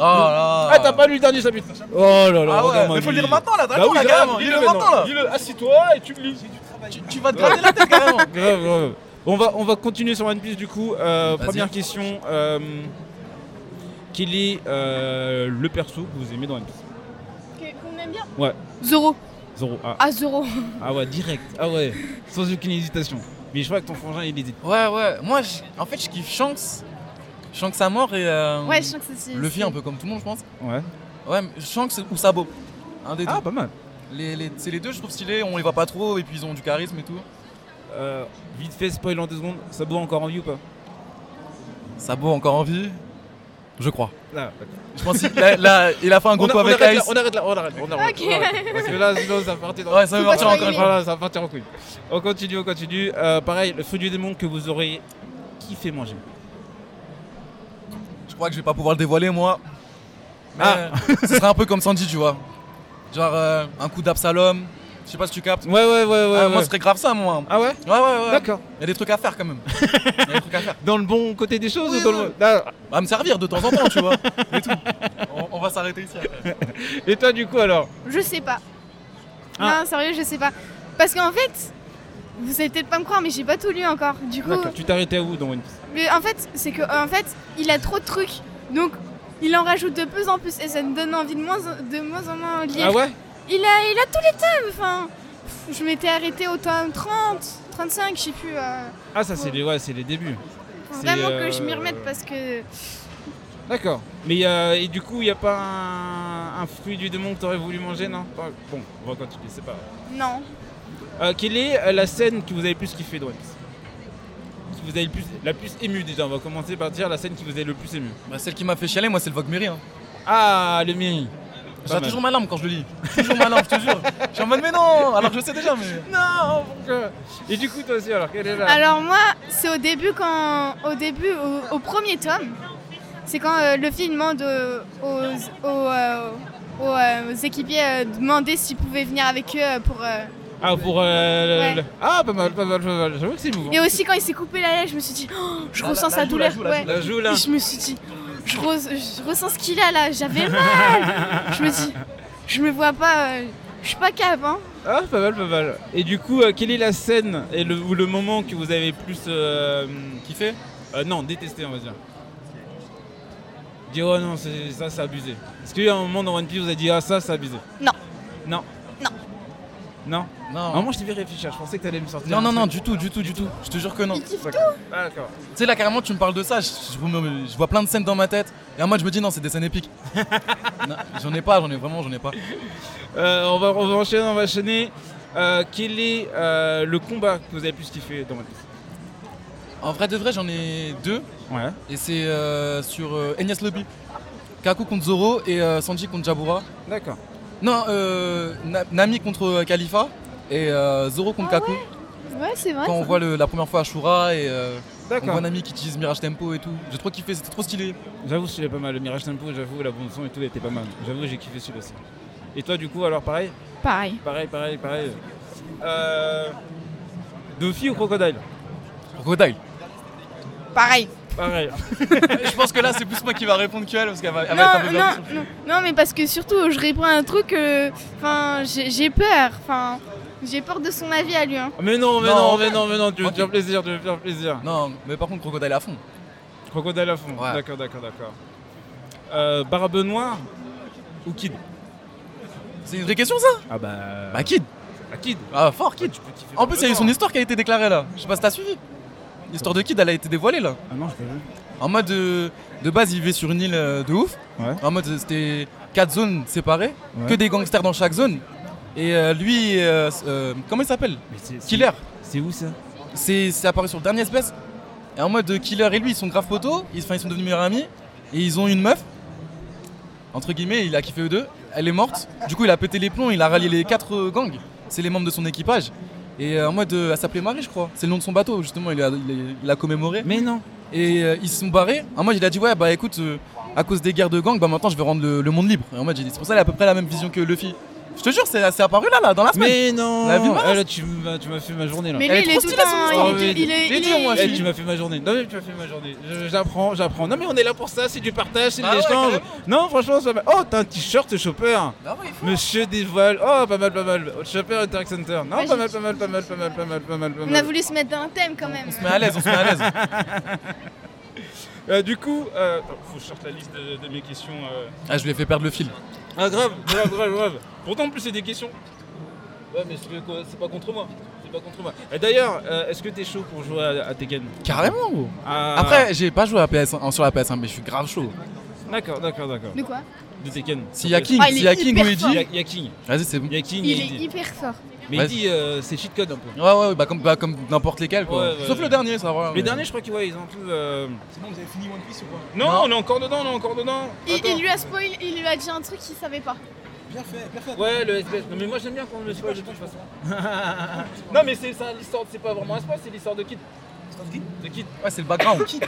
Speaker 3: Oh là.
Speaker 2: Ah, t'as pas lu le dernier chapitre Oh là là,
Speaker 3: Ah ouais,
Speaker 2: regarde-moi
Speaker 3: mais faut le
Speaker 2: lui.
Speaker 3: lire maintenant là,
Speaker 2: Bah
Speaker 3: d'accord,
Speaker 2: oui,
Speaker 3: là,
Speaker 2: grave,
Speaker 3: carrément. Il
Speaker 2: lis-le
Speaker 3: le maintenant là.
Speaker 2: Lis-le, assis-toi et tu le lis.
Speaker 3: Tu- Tu vas te gratter la tête carrément.
Speaker 2: Grave, grave. On va, on va continuer sur One Piece du coup. Euh,
Speaker 3: Vas-y.
Speaker 2: première question. euh, quel est euh, le perso que vous aimez dans One Piece
Speaker 4: que- qu'on aime bien.
Speaker 2: Ouais.
Speaker 4: Zoro.
Speaker 2: Zoro. Ah,
Speaker 4: Ah, Zoro.
Speaker 2: ah ouais, direct. Ah ouais, sans aucune hésitation. Mais je crois que ton frangin il hésite.
Speaker 3: Ouais, ouais. Moi, je- en fait, je kiffe Shanks. Shanks à mort et. euh,
Speaker 4: Ouais, je sens que c'est- c'est.
Speaker 3: Luffy, un peu comme tout le monde, je pense.
Speaker 2: Ouais.
Speaker 3: Ouais, mais Shanks ou Sabo. Un des
Speaker 2: Ah,
Speaker 3: deux.
Speaker 2: pas mal.
Speaker 3: Les, les- c'est les deux, je trouve stylés. On les voit pas trop et puis ils ont du charisme et tout.
Speaker 2: Euh, vite fait, spoil en deux secondes. Sabo encore en vie ou pas
Speaker 3: Sabo encore en vie Je crois.
Speaker 2: Là,
Speaker 3: Je pense qu'il là, là, il a fait un gros
Speaker 2: Ah, on, a-
Speaker 3: coup
Speaker 2: on
Speaker 3: avec
Speaker 2: arrête là,
Speaker 3: Ice.
Speaker 2: on arrête là, on arrête. on arrête,
Speaker 4: Ok.
Speaker 2: on arrête. Parce que là, sinon ça partait dans.
Speaker 3: Ouais, ça va
Speaker 4: Faut pas
Speaker 3: partir encore une
Speaker 4: spoiler.
Speaker 3: fois.
Speaker 2: Voilà, ça va partir en couille. On continue, on continue. Euh, pareil, le feu du démon que vous aurez kiffé manger.
Speaker 3: Je crois que je vais pas pouvoir le dévoiler moi. Mais euh,
Speaker 2: Ah.
Speaker 3: ce serait un peu comme Sandy, tu vois. Genre euh, un coup d'Absalom. Je sais pas si tu captes.
Speaker 2: Ouais, ouais, ouais, ouais.
Speaker 3: Ah, Moi,
Speaker 2: ouais.
Speaker 3: ce serait grave ça, moi.
Speaker 2: Ah ouais
Speaker 3: Ouais, ouais, ouais.
Speaker 2: D'accord.
Speaker 3: Il y a des trucs à faire quand même. Il y a des trucs à faire.
Speaker 2: Dans le bon côté des choses
Speaker 3: Oui,
Speaker 2: ou dans le-
Speaker 3: oui.
Speaker 2: Ah,
Speaker 3: À me servir de temps en temps, tu vois. Et tout. On, on va s'arrêter ici après.
Speaker 2: Et toi du coup alors
Speaker 4: Je sais pas.
Speaker 2: Ah.
Speaker 4: Non, sérieux, je sais pas. Parce qu'en fait, vous allez peut-être pas me croire, mais j'ai pas tout lu encore. Du coup,
Speaker 2: D'accord, tu t'arrêtais où dans One Piece
Speaker 4: mais en fait, c'est que en fait, il a trop de trucs, donc il en rajoute de plus en plus et ça me donne envie de moins, en- de moins en moins de lire.
Speaker 2: Ah ouais
Speaker 4: il a, il a tous les tomes. Enfin, pff, je m'étais arrêtée au tome 30, 35, je sais plus. euh,
Speaker 2: Ah ça c'est les, ouais, c'est les débuts.
Speaker 4: faut
Speaker 2: C'est,
Speaker 4: vraiment
Speaker 2: euh,
Speaker 4: que je m'y remette parce que
Speaker 2: D'accord. Mais euh, et du coup il n'y a pas un, un fruit du démon que t'aurais voulu manger non Enfin, Bon, on va continuer, c'est pas grave.
Speaker 4: non.
Speaker 2: Euh, Quelle est euh, la scène que vous avez le plus kiffé dans One Piece Qui vous avez le plus, la plus émue déjà On va commencer par dire la scène qui vous avez le plus ému.
Speaker 3: Bah, celle qui m'a fait chialer, moi, c'est le Vogue Mary. hein.
Speaker 2: Ah le Miri
Speaker 3: J'ai toujours ma larme quand je le lis. Toujours ma larme, je te jure. Je suis en mode, mais non Alors que je sais déjà, mais.
Speaker 2: Non pourquoi Et du coup, toi aussi, alors, quelle est la.
Speaker 4: Alors moi, c'est au début quand, au début, au, au premier tome, c'est quand euh, le film demande aux, aux, aux, euh, aux, euh, aux équipiers euh, demander s'ils pouvaient venir avec eux euh, pour. euh,
Speaker 2: Ah, pour. euh,
Speaker 4: Ouais.
Speaker 2: le- Ah, pas mal, pas mal, pas mal. J'avoue que c'est hein. mouvant.
Speaker 4: Et aussi quand il s'est coupé la lèvre, je me suis dit, Oh, je
Speaker 3: La-
Speaker 4: ressens
Speaker 3: la- la
Speaker 4: sa
Speaker 3: joue, la
Speaker 4: douleur.
Speaker 3: joue, la
Speaker 4: ouais.
Speaker 3: joue,
Speaker 2: La joue là.
Speaker 4: Et je me suis dit, je, re- je ressens ce qu'il a là, j'avais mal. je me dis, je me vois pas, euh, je suis pas hein. qu'avant.
Speaker 2: Ah, pas mal, pas mal. Et du coup, euh, quelle est la scène et le, ou le moment que vous avez plus euh, kiffé Euh, Non, détesté, on va dire. Dire, oh non, c'est- ça, c'est abusé. Est-ce qu'il y a un moment dans One Piece où vous avez dit, ah, ça, c'est abusé
Speaker 4: Non.
Speaker 2: Non
Speaker 4: Non.
Speaker 2: Non Ah,
Speaker 3: Non,
Speaker 2: Moi, je t'ai vu réfléchir, je pensais que t'allais me sortir.
Speaker 3: non,
Speaker 2: un
Speaker 3: non, non,
Speaker 2: truc.
Speaker 3: du tout, du tout, du tout. Je te jure que non.
Speaker 4: Il kiffe
Speaker 2: D'accord. Ah, d'accord.
Speaker 3: Tu sais, là, carrément, tu me parles de ça, je, je me- je vois plein de scènes dans ma tête, et à moi, je me dis, non, c'est des scènes épiques. Non, j'en ai pas, j'en ai vraiment, j'en ai pas.
Speaker 2: Euh, on, va, on va enchaîner, on va enchaîner. Euh, quel est euh, le combat que vous avez plus kiffé dans One Piece
Speaker 3: En vrai de vrai, j'en ai deux,
Speaker 2: Ouais.
Speaker 3: et c'est euh, sur euh, Enies Lobby. Kaku contre Zoro et euh, Sanji contre Jabura.
Speaker 2: D'accord.
Speaker 3: Non, euh, Na- Nami contre euh, Khalifa et euh, Zoro contre
Speaker 4: Ah
Speaker 3: Kaku.
Speaker 4: Ouais, c'est vrai.
Speaker 3: Quand on
Speaker 4: ça.
Speaker 3: voit le- la première fois Ashura et euh, on voit
Speaker 2: D'accord.
Speaker 3: Nami qui utilise Mirage Tempo et tout. J'ai trop kiffé, c'était trop stylé.
Speaker 2: J'avoue, celui-là est pas mal. Le Mirage Tempo, j'avoue, la bande son et tout était pas mal. J'avoue, j'ai kiffé celui-là aussi. Et toi, du coup, alors pareil
Speaker 4: Pareil.
Speaker 2: Pareil, pareil, pareil. Euh. Dofi ou Crocodile
Speaker 3: Crocodile.
Speaker 4: Pareil.
Speaker 2: Pareil.
Speaker 3: je pense que là, c'est plus moi qui va répondre qu'elle parce qu'elle va, elle va être un
Speaker 4: Non,
Speaker 3: peu
Speaker 4: non,
Speaker 3: perdue.
Speaker 4: non, non, mais parce que surtout, je réponds à un truc, euh, enfin, j'ai j'ai peur, enfin, j'ai peur de son avis à lui. hein.
Speaker 2: Mais non, mais
Speaker 3: Non,
Speaker 2: non,
Speaker 3: en
Speaker 2: mais
Speaker 3: vrai.
Speaker 2: non, mais non, tu veux
Speaker 3: Ok.
Speaker 2: faire plaisir, tu veux faire plaisir.
Speaker 3: Non, mais par contre, Crocodile à fond.
Speaker 2: Crocodile à fond.
Speaker 3: Ouais.
Speaker 2: D'accord, d'accord, d'accord. Euh, Barbe Noire ou Kid
Speaker 3: C'est une vraie question ça
Speaker 2: Ah bah.
Speaker 3: Bah, Kid
Speaker 2: Ah, Kid
Speaker 3: Ah, fort Kid
Speaker 2: Tu peux kiffer
Speaker 3: En
Speaker 2: Barbe
Speaker 3: plus, il y a eu son
Speaker 2: Noire.
Speaker 3: histoire qui a été déclarée là. Je sais pas si t'as suivi. L'histoire de Kid, elle a été dévoilée là.
Speaker 2: Ah non, je peux
Speaker 3: En mode euh, de base, il vivait sur une île euh, de ouf.
Speaker 2: Ouais.
Speaker 3: En mode euh, c'était quatre zones séparées,
Speaker 2: Ouais.
Speaker 3: que des gangsters dans chaque zone. Et euh, lui, euh, euh, comment il s'appelle
Speaker 2: Mais c'est.
Speaker 3: Killer.
Speaker 2: C'est où ça
Speaker 3: C'est c'est apparu sur le dernier espèce. Et en mode euh, Killer et lui, ils sont grave potos. Ils, enfin, ils sont devenus meilleurs amis. Et ils ont une meuf. Entre guillemets, il a kiffé eux deux. Elle est morte. Du coup, il a pété les plombs. Il a rallié les quatre euh, gangs. C'est les membres de son équipage. Et euh, en mode, euh, elle s'appelait Marie, je crois. C'est le nom de son bateau, justement. Il a, il a- il a commémoré.
Speaker 2: Mais non.
Speaker 3: Et euh, ils se sont barrés. En mode, il a dit Ouais, bah écoute, euh, à cause des guerres de gangs, bah maintenant je vais rendre le, le monde libre. Et en mode, j'ai dit C'est pour ça qu'elle a à peu près la même vision que Luffy. Je te jure, c'est c'est apparu là, là, dans la semaine.
Speaker 2: Mais non
Speaker 3: La vie de Mars.
Speaker 2: Ah, là, tu m'as tu m'as fait ma journée là.
Speaker 4: Mais
Speaker 3: Elle
Speaker 4: lui,
Speaker 3: est
Speaker 4: il est
Speaker 3: trop
Speaker 4: tout le
Speaker 3: stylée, son
Speaker 4: temps,
Speaker 2: histoire.
Speaker 4: il est- il est,
Speaker 3: Mais
Speaker 4: il
Speaker 3: dis-le,
Speaker 4: est-
Speaker 3: moi,
Speaker 2: Eh,
Speaker 3: si.
Speaker 2: tu m'as fait ma journée. Non, mais tu m'as fait ma journée. Je- J'apprends, j'apprends. Non, mais on est là pour ça, c'est du partage, c'est de
Speaker 3: Bah ouais,
Speaker 2: l'échange.
Speaker 3: carrément.
Speaker 2: non, franchement, ça va. Oh, t'as un t-shirt, Chopper.
Speaker 3: Ah ouais, il faut-
Speaker 2: Monsieur dévoile. Oh, pas mal, pas mal. Chopper Interact Center. Non,
Speaker 4: Ouais,
Speaker 2: pas
Speaker 4: j'ai-
Speaker 2: mal, pas mal, pas mal, pas mal, pas mal, pas mal, pas
Speaker 4: On a
Speaker 2: mal.
Speaker 4: voulu se mettre dans un thème quand même.
Speaker 3: On se met à l'aise, on se met à l'aise.
Speaker 2: Euh, du coup, euh, attends, faut que je sorte la liste de, de mes questions. euh.
Speaker 3: Ah, je lui ai fait perdre le fil.
Speaker 2: Ah, grave, grave, grave, grave. Pourtant, en plus, c'est des questions. Ouais, mais c'est quoi- c'est pas contre moi. C'est pas contre moi. Et D'ailleurs, euh, est-ce que t'es chaud pour jouer à, à Tekken
Speaker 3: Carrément, gros.
Speaker 2: Ah,
Speaker 3: Après, j'ai pas joué à PS, en- sur la PS1, mais je suis grave chaud.
Speaker 2: D'accord, d'accord, d'accord.
Speaker 4: De quoi
Speaker 2: De Tekken.
Speaker 3: S'il y a King,
Speaker 4: Ah, il
Speaker 3: s'il y a
Speaker 4: est
Speaker 3: King
Speaker 4: hyper
Speaker 3: ou Eddie,
Speaker 2: Il y a- il y a King.
Speaker 3: vas-y, c'est bon.
Speaker 2: Il y a King
Speaker 4: Il
Speaker 2: et
Speaker 4: est
Speaker 2: Eddie.
Speaker 4: hyper fort.
Speaker 2: Mais
Speaker 3: Vas-y.
Speaker 2: Eddie, euh, c'est cheat code un peu.
Speaker 3: Ouais, ouais, bah comme, bah, comme n'importe lesquels, quoi.
Speaker 2: Ouais, ouais,
Speaker 3: Sauf
Speaker 2: ouais.
Speaker 3: le dernier, ça va.
Speaker 2: Le
Speaker 3: mais-
Speaker 2: dernier, je crois qu'ils ouais, ils ont tout. euh,
Speaker 6: C'est bon, vous avez fini One Piece ou pas
Speaker 2: Non,
Speaker 3: Non.
Speaker 2: on est encore dedans, on est encore dedans.
Speaker 4: Il,
Speaker 2: Attends.
Speaker 4: il lui a spoil, il lui a dit un truc qu'il savait pas.
Speaker 6: Bien fait, bien fait.
Speaker 2: Ouais, le SBS. Non, mais moi j'aime bien quand on me spoil de toute façon. (laughs) non, mais c'est ça, l'histoire, c'est pas vraiment un spoil, c'est l'histoire de Kid.
Speaker 6: Kid
Speaker 2: De Kid,
Speaker 3: Ouais, c'est le background.
Speaker 2: de Kid,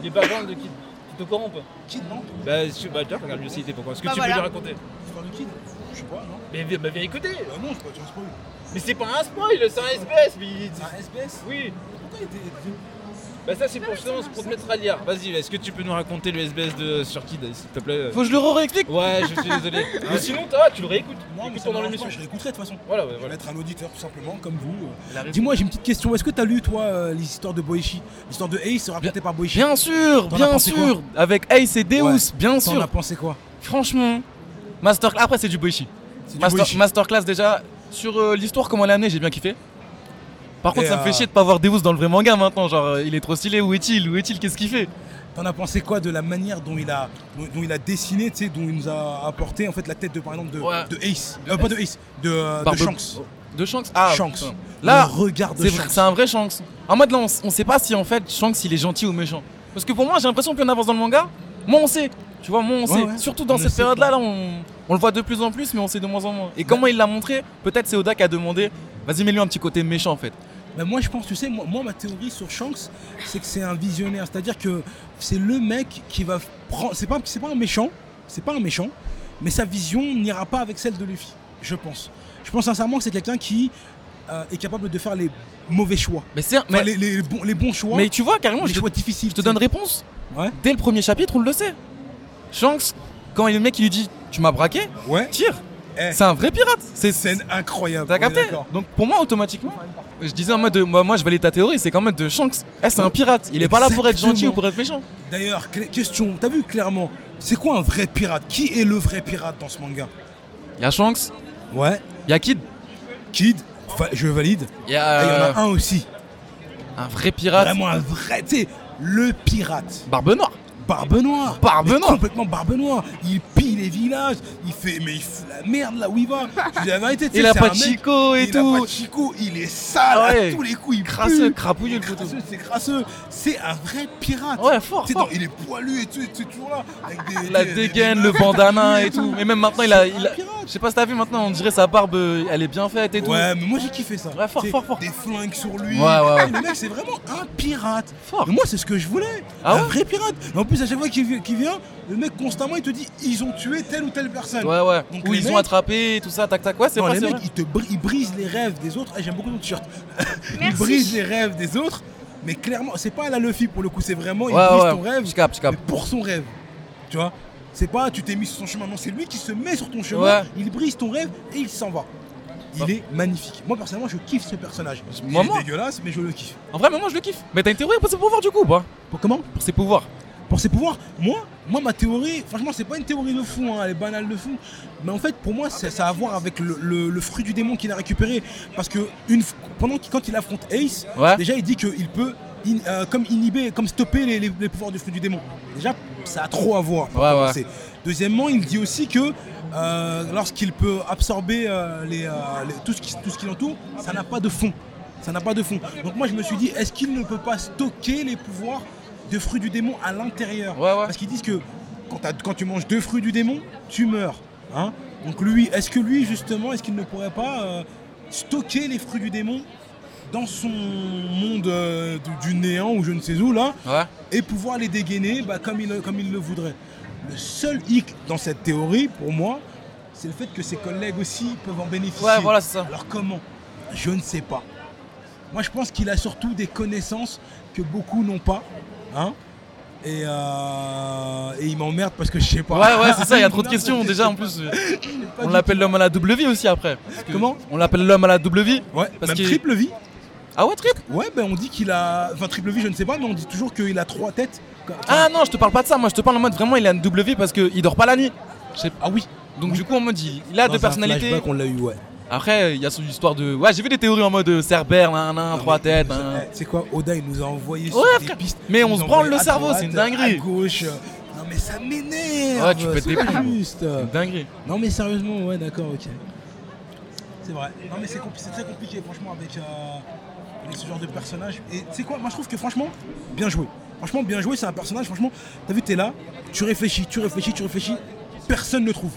Speaker 2: les backgrounds de Kid. Tu te corromps quoi
Speaker 6: Kid, non
Speaker 2: Bah, je suis bah, tiens, regarde le site, pourquoi Est-ce que
Speaker 4: Bah,
Speaker 2: tu
Speaker 4: voilà.
Speaker 2: peux lui raconter
Speaker 6: L'histoire de Kid Je sais pas, non
Speaker 2: Mais bah, viens écouter
Speaker 6: Ah non, je crois que tu as un spoil.
Speaker 2: Mais c'est pas un spoil, c'est un SBS mais il-
Speaker 6: Ah, SBS
Speaker 2: Oui
Speaker 6: Pourquoi il était.
Speaker 2: Bah, ça c'est pour, justement, c'est pour te mettre à lire. Vas-y, est-ce que tu peux nous raconter le SBS de, sur Kid, s'il te plaît
Speaker 3: Faut que je le réexplique.
Speaker 2: Ouais, je suis désolé. Mais sinon, toi, tu le réécoutes.
Speaker 6: Moi, Ah mais
Speaker 2: Écoute
Speaker 6: ça
Speaker 2: pendant
Speaker 6: m'arrange
Speaker 2: l'émission.
Speaker 6: pas, je réécouterai de toute façon.
Speaker 2: Voilà, ouais,
Speaker 6: Je vais
Speaker 2: voilà.
Speaker 6: être un auditeur tout simplement, comme vous. euh. Dis-moi, j'ai une petite question. Est-ce que t'as lu, toi, euh, l'histoire de Boichi L'histoire de Ace racontée par Boichi
Speaker 3: Bien sûr,
Speaker 6: T'en as
Speaker 3: bien
Speaker 6: pensé
Speaker 3: sûr. Avec Ace et Deus,
Speaker 6: Ouais.
Speaker 3: bien
Speaker 6: T'en
Speaker 3: sûr.
Speaker 6: as pensé quoi
Speaker 3: Franchement, master. Après, c'est du boichi.
Speaker 6: C'est du
Speaker 3: Master,
Speaker 6: Boichi.
Speaker 3: masterclass déjà. Sur euh, l'histoire, comment elle est amenée, j'ai bien kiffé. Par contre,
Speaker 6: Et,
Speaker 3: ça me fait
Speaker 6: euh,
Speaker 3: chier de pas voir Deus dans le vrai manga maintenant. Genre, euh, il est trop stylé. Où est-il Où est-il Qu'est-ce qu'il fait
Speaker 6: T'en as pensé quoi de la manière dont il a, dont, dont il a dessiné, tu sais, dont il nous a apporté en fait la tête de par exemple de,
Speaker 3: Ouais.
Speaker 6: de Ace, Euh, pas de Ace, de, euh, de
Speaker 3: Barbe-
Speaker 6: Shanks.
Speaker 3: De Shanks Ah,
Speaker 6: Shanks.
Speaker 3: putain.
Speaker 6: Là,
Speaker 3: Là,
Speaker 6: regarde
Speaker 3: c'est vrai-
Speaker 6: Shanks.
Speaker 3: c'est un vrai Shanks. En mode, là, on, s- on sait pas si en fait Shanks il est gentil ou méchant. Parce que pour moi, j'ai l'impression, plus on avance dans le manga, moi on sait. Tu vois, moi, on
Speaker 6: Ouais,
Speaker 3: sait,
Speaker 6: ouais.
Speaker 3: surtout
Speaker 6: On
Speaker 3: dans
Speaker 6: le
Speaker 3: cette
Speaker 6: sait
Speaker 3: période-là, là, on, on le voit de plus en plus, mais on sait de moins en moins. Et comment il l'a montré Peut-être c'est Oda qui a demandé, vas-y, mets-lui un petit côté méchant en fait.
Speaker 6: Bah, moi je pense, tu sais, moi, moi, ma théorie sur Shanks, c'est que c'est un visionnaire, c'est-à-dire que c'est le mec qui va prendre, c'est pas, c'est pas un méchant, c'est pas un méchant, mais sa vision n'ira pas avec celle de Luffy, je pense. Je pense sincèrement que c'est quelqu'un qui euh, est capable de faire les mauvais choix,
Speaker 3: Mais c'est un-
Speaker 6: Enfin,
Speaker 3: mais,
Speaker 6: les, les bons, les bons choix,
Speaker 3: mais tu vois, carrément,
Speaker 6: les
Speaker 3: je te,
Speaker 6: choix difficiles.
Speaker 3: je te
Speaker 6: tu sais.
Speaker 3: donne réponse.
Speaker 6: Ouais.
Speaker 3: Dès le premier chapitre, on le sait. Shanks, quand il est le mec, il lui dit, tu m'as braqué,
Speaker 6: Ouais.
Speaker 3: tire.
Speaker 6: Eh.
Speaker 3: C'est un vrai pirate. C'est
Speaker 6: Scène incroyable. on
Speaker 3: T'as
Speaker 6: est
Speaker 3: capté
Speaker 6: d'accord.
Speaker 3: Donc pour moi, automatiquement, je disais en mode, de- moi, moi je valide ta théorie, c'est qu'en mode de Shanks, eh, c'est un pirate, il est pas là pour être gentil
Speaker 6: Exactement.
Speaker 3: ou pour être méchant.
Speaker 6: D'ailleurs, cl- question, t'as vu clairement, c'est quoi un vrai pirate Qui est le vrai pirate dans ce manga
Speaker 3: Il y a Shanks,
Speaker 6: Ouais.
Speaker 3: il y a Kid,
Speaker 6: Kid, fa- je valide.
Speaker 3: il y
Speaker 6: Et
Speaker 3: a,
Speaker 6: il y en
Speaker 3: euh,
Speaker 6: a un aussi.
Speaker 3: un vrai pirate,
Speaker 6: Vraiment un vrai, tu sais, le pirate.
Speaker 3: barbe noire.
Speaker 6: Barbe noire.
Speaker 3: Barbe
Speaker 6: Mais
Speaker 3: noire.
Speaker 6: Complètement barbe noire. Il pille les villages, il fait, mais il fout la merde là où il va. Je dis la vérité, tu
Speaker 3: (laughs)
Speaker 6: sais,
Speaker 3: Il a
Speaker 6: c'est
Speaker 3: pas
Speaker 6: un
Speaker 3: de
Speaker 6: mec-
Speaker 3: chico et
Speaker 6: il a pas
Speaker 3: tout. Ah
Speaker 6: de chico, il est sale
Speaker 3: Ouais.
Speaker 6: à tous les coups, il
Speaker 3: Crasseux,
Speaker 6: pue.
Speaker 3: crapouilleux le poteau.
Speaker 6: Crasseux, C'est crasseux, c'est un vrai pirate.
Speaker 3: (laughs) Ouais, fort,
Speaker 6: Tu sais,
Speaker 3: fort.
Speaker 6: dans- il est poilu et tout, et tu es toujours là. Avec des,
Speaker 3: La
Speaker 6: des-
Speaker 3: dégaine,
Speaker 6: des-
Speaker 3: le bandana et tout. Mais même maintenant, il a, il a-
Speaker 6: Un pirate.
Speaker 3: je sais pas si t'as vu maintenant, on dirait sa barbe, euh, elle est bien faite et tout.
Speaker 6: Ouais, mais moi j'ai kiffé ça.
Speaker 3: Ouais, fort,
Speaker 6: C'est
Speaker 3: fort, fort.
Speaker 6: Des flingues sur lui. Ah,
Speaker 3: Ouais, ouais, ouais.
Speaker 6: Le mec, c'est vraiment un pirate.
Speaker 3: Fort.
Speaker 6: Et moi, c'est ce que je voulais.
Speaker 3: Ah
Speaker 6: un
Speaker 3: ouais
Speaker 6: vrai pirate. Et en plus, à chaque fois qu'il vi- qu'il vient, le mec, constamment, il te dit ils ont tué telle ou telle personne.
Speaker 3: Ouais, ouais.
Speaker 6: Donc
Speaker 3: Où
Speaker 6: les
Speaker 3: ils ont
Speaker 6: mecs-
Speaker 3: attrapé, tout ça, tac, tac. Ouais, c'est
Speaker 6: Non,
Speaker 3: vrai,
Speaker 6: les
Speaker 3: c'est
Speaker 6: mecs,
Speaker 3: vrai.
Speaker 6: ils, te bri- ils brisent les rêves des autres. Ah, J'aime beaucoup ton t-shirt. Ils
Speaker 4: Merci.
Speaker 6: brisent les rêves des autres. Mais clairement, c'est pas à la Luffy pour le coup. C'est vraiment, ils brisent
Speaker 3: Ouais,
Speaker 6: ton
Speaker 3: ouais.
Speaker 6: rêve
Speaker 3: Je capte, je capte.
Speaker 6: mais pour son rêve. Tu vois C'est pas tu t'es mis sur son chemin, non, c'est lui qui se met sur ton chemin,
Speaker 3: Ouais.
Speaker 6: il brise ton rêve et il s'en va. Il est magnifique. Moi personnellement, je kiffe ce personnage. Il
Speaker 3: Moi, moi.
Speaker 6: est dégueulasse, mais je le kiffe.
Speaker 3: En vrai, mais moi je le kiffe. Mais t'as une théorie pour ses pouvoirs du coup, ou pas
Speaker 6: Bah, Pour comment
Speaker 3: Pour ses pouvoirs.
Speaker 6: Pour ses pouvoirs, moi, moi ma théorie, franchement, c'est pas une théorie de fou, hein, elle est banale de fou. Mais en fait, pour moi, ça, ça a à voir avec le, le- le fruit du démon qu'il a récupéré. Parce que une, f- pendant qu'il- quand il affronte Ace,
Speaker 3: Ouais.
Speaker 6: Déjà, il dit qu'il peut in- euh, comme inhiber, comme stopper les, les- les pouvoirs du fruit du démon. Déjà, ça a trop à voir. pour
Speaker 3: Ouais, ouais.
Speaker 6: commencer. Deuxièmement, il dit aussi que euh, lorsqu'il peut absorber euh, les, euh, les- tout ce qui, tout ce qui l'entoure, ça n'a pas de fond. Ça n'a pas de fond. Donc moi, je me suis dit, est-ce qu'il ne peut pas stocker les pouvoirs de fruits du démon à l'intérieur
Speaker 3: Ouais, ouais.
Speaker 6: Parce qu'ils disent que quand, t'as- quand tu manges deux fruits du démon, tu meurs. hein. Donc lui, est-ce que lui, justement, est-ce qu'il ne pourrait pas euh, stocker les fruits du démon dans son monde euh, du, du néant ou je ne sais où là
Speaker 3: Ouais.
Speaker 6: et pouvoir les dégainer bah, comme, il, comme il le voudrait. Le seul hic dans cette théorie, pour moi, c'est le fait que ses collègues aussi peuvent en bénéficier.
Speaker 3: Ouais, voilà, c'est ça.
Speaker 6: Alors comment Je ne sais pas. Moi, je pense qu'il a surtout des connaissances que beaucoup n'ont pas. Hein et, euh, et il m'emmerde parce que je sais pas.
Speaker 3: Ouais, ouais, c'est ça,
Speaker 6: (laughs)
Speaker 3: il y a trop de
Speaker 6: Non,
Speaker 3: questions
Speaker 6: je sais
Speaker 3: déjà en
Speaker 6: pas.
Speaker 3: plus.
Speaker 6: Je sais pas
Speaker 3: On
Speaker 6: du
Speaker 3: l'appelle l'homme à la double vie aussi après. Parce que
Speaker 6: Comment
Speaker 3: On l'appelle l'homme à la double vie.
Speaker 6: tout. Ouais,
Speaker 3: parce
Speaker 6: même
Speaker 3: qu'il-
Speaker 6: triple vie.
Speaker 3: Ah ouais, triple
Speaker 6: Ouais, ben on dit qu'il a. Enfin, triple vie, je ne sais pas, mais on dit toujours qu'il a trois têtes.
Speaker 3: Ah non, je te parle pas de ça, moi je te parle en mode vraiment il a une double vie parce qu'il dort pas la nuit. Je sais-
Speaker 6: Ah oui,
Speaker 3: Donc du coup en mode il, il a
Speaker 6: Dans
Speaker 3: ah, deux
Speaker 6: un
Speaker 3: personnalités.
Speaker 6: flashback, on l'a eu, ouais.
Speaker 3: Après il y a son histoire de. Ouais, j'ai vu des théories en mode euh, Cerbère, nan, nan, trois têtes.
Speaker 6: Ah, C'est
Speaker 3: nan.
Speaker 6: quoi, Oda, il nous a envoyé
Speaker 3: Ouais,
Speaker 6: sur des
Speaker 3: frère.
Speaker 6: pistes.
Speaker 3: Mais
Speaker 6: Il
Speaker 3: on
Speaker 6: nous
Speaker 3: se
Speaker 6: a
Speaker 3: branle
Speaker 6: envoyé
Speaker 3: le
Speaker 6: à
Speaker 3: cerveau,
Speaker 6: droite,
Speaker 3: c'est une
Speaker 6: À
Speaker 3: dinguerie.
Speaker 6: gauche. euh, Non, mais ça m'énerve.
Speaker 3: Ouais, tu pètes
Speaker 6: c'est
Speaker 3: les
Speaker 6: pas
Speaker 3: plombs.
Speaker 6: juste.
Speaker 3: C'est Dinguerie.
Speaker 6: Non, mais sérieusement, ouais, d'accord, ok. C'est vrai. Non, mais c'est compli- c'est très compliqué, franchement, avec, euh, avec ce genre de personnage. Et tu sais quoi, moi je trouve que franchement, bien joué. Franchement, bien joué, c'est un personnage, franchement, t'as vu, t'es là, tu réfléchis, tu réfléchis, tu réfléchis, personne ne trouve.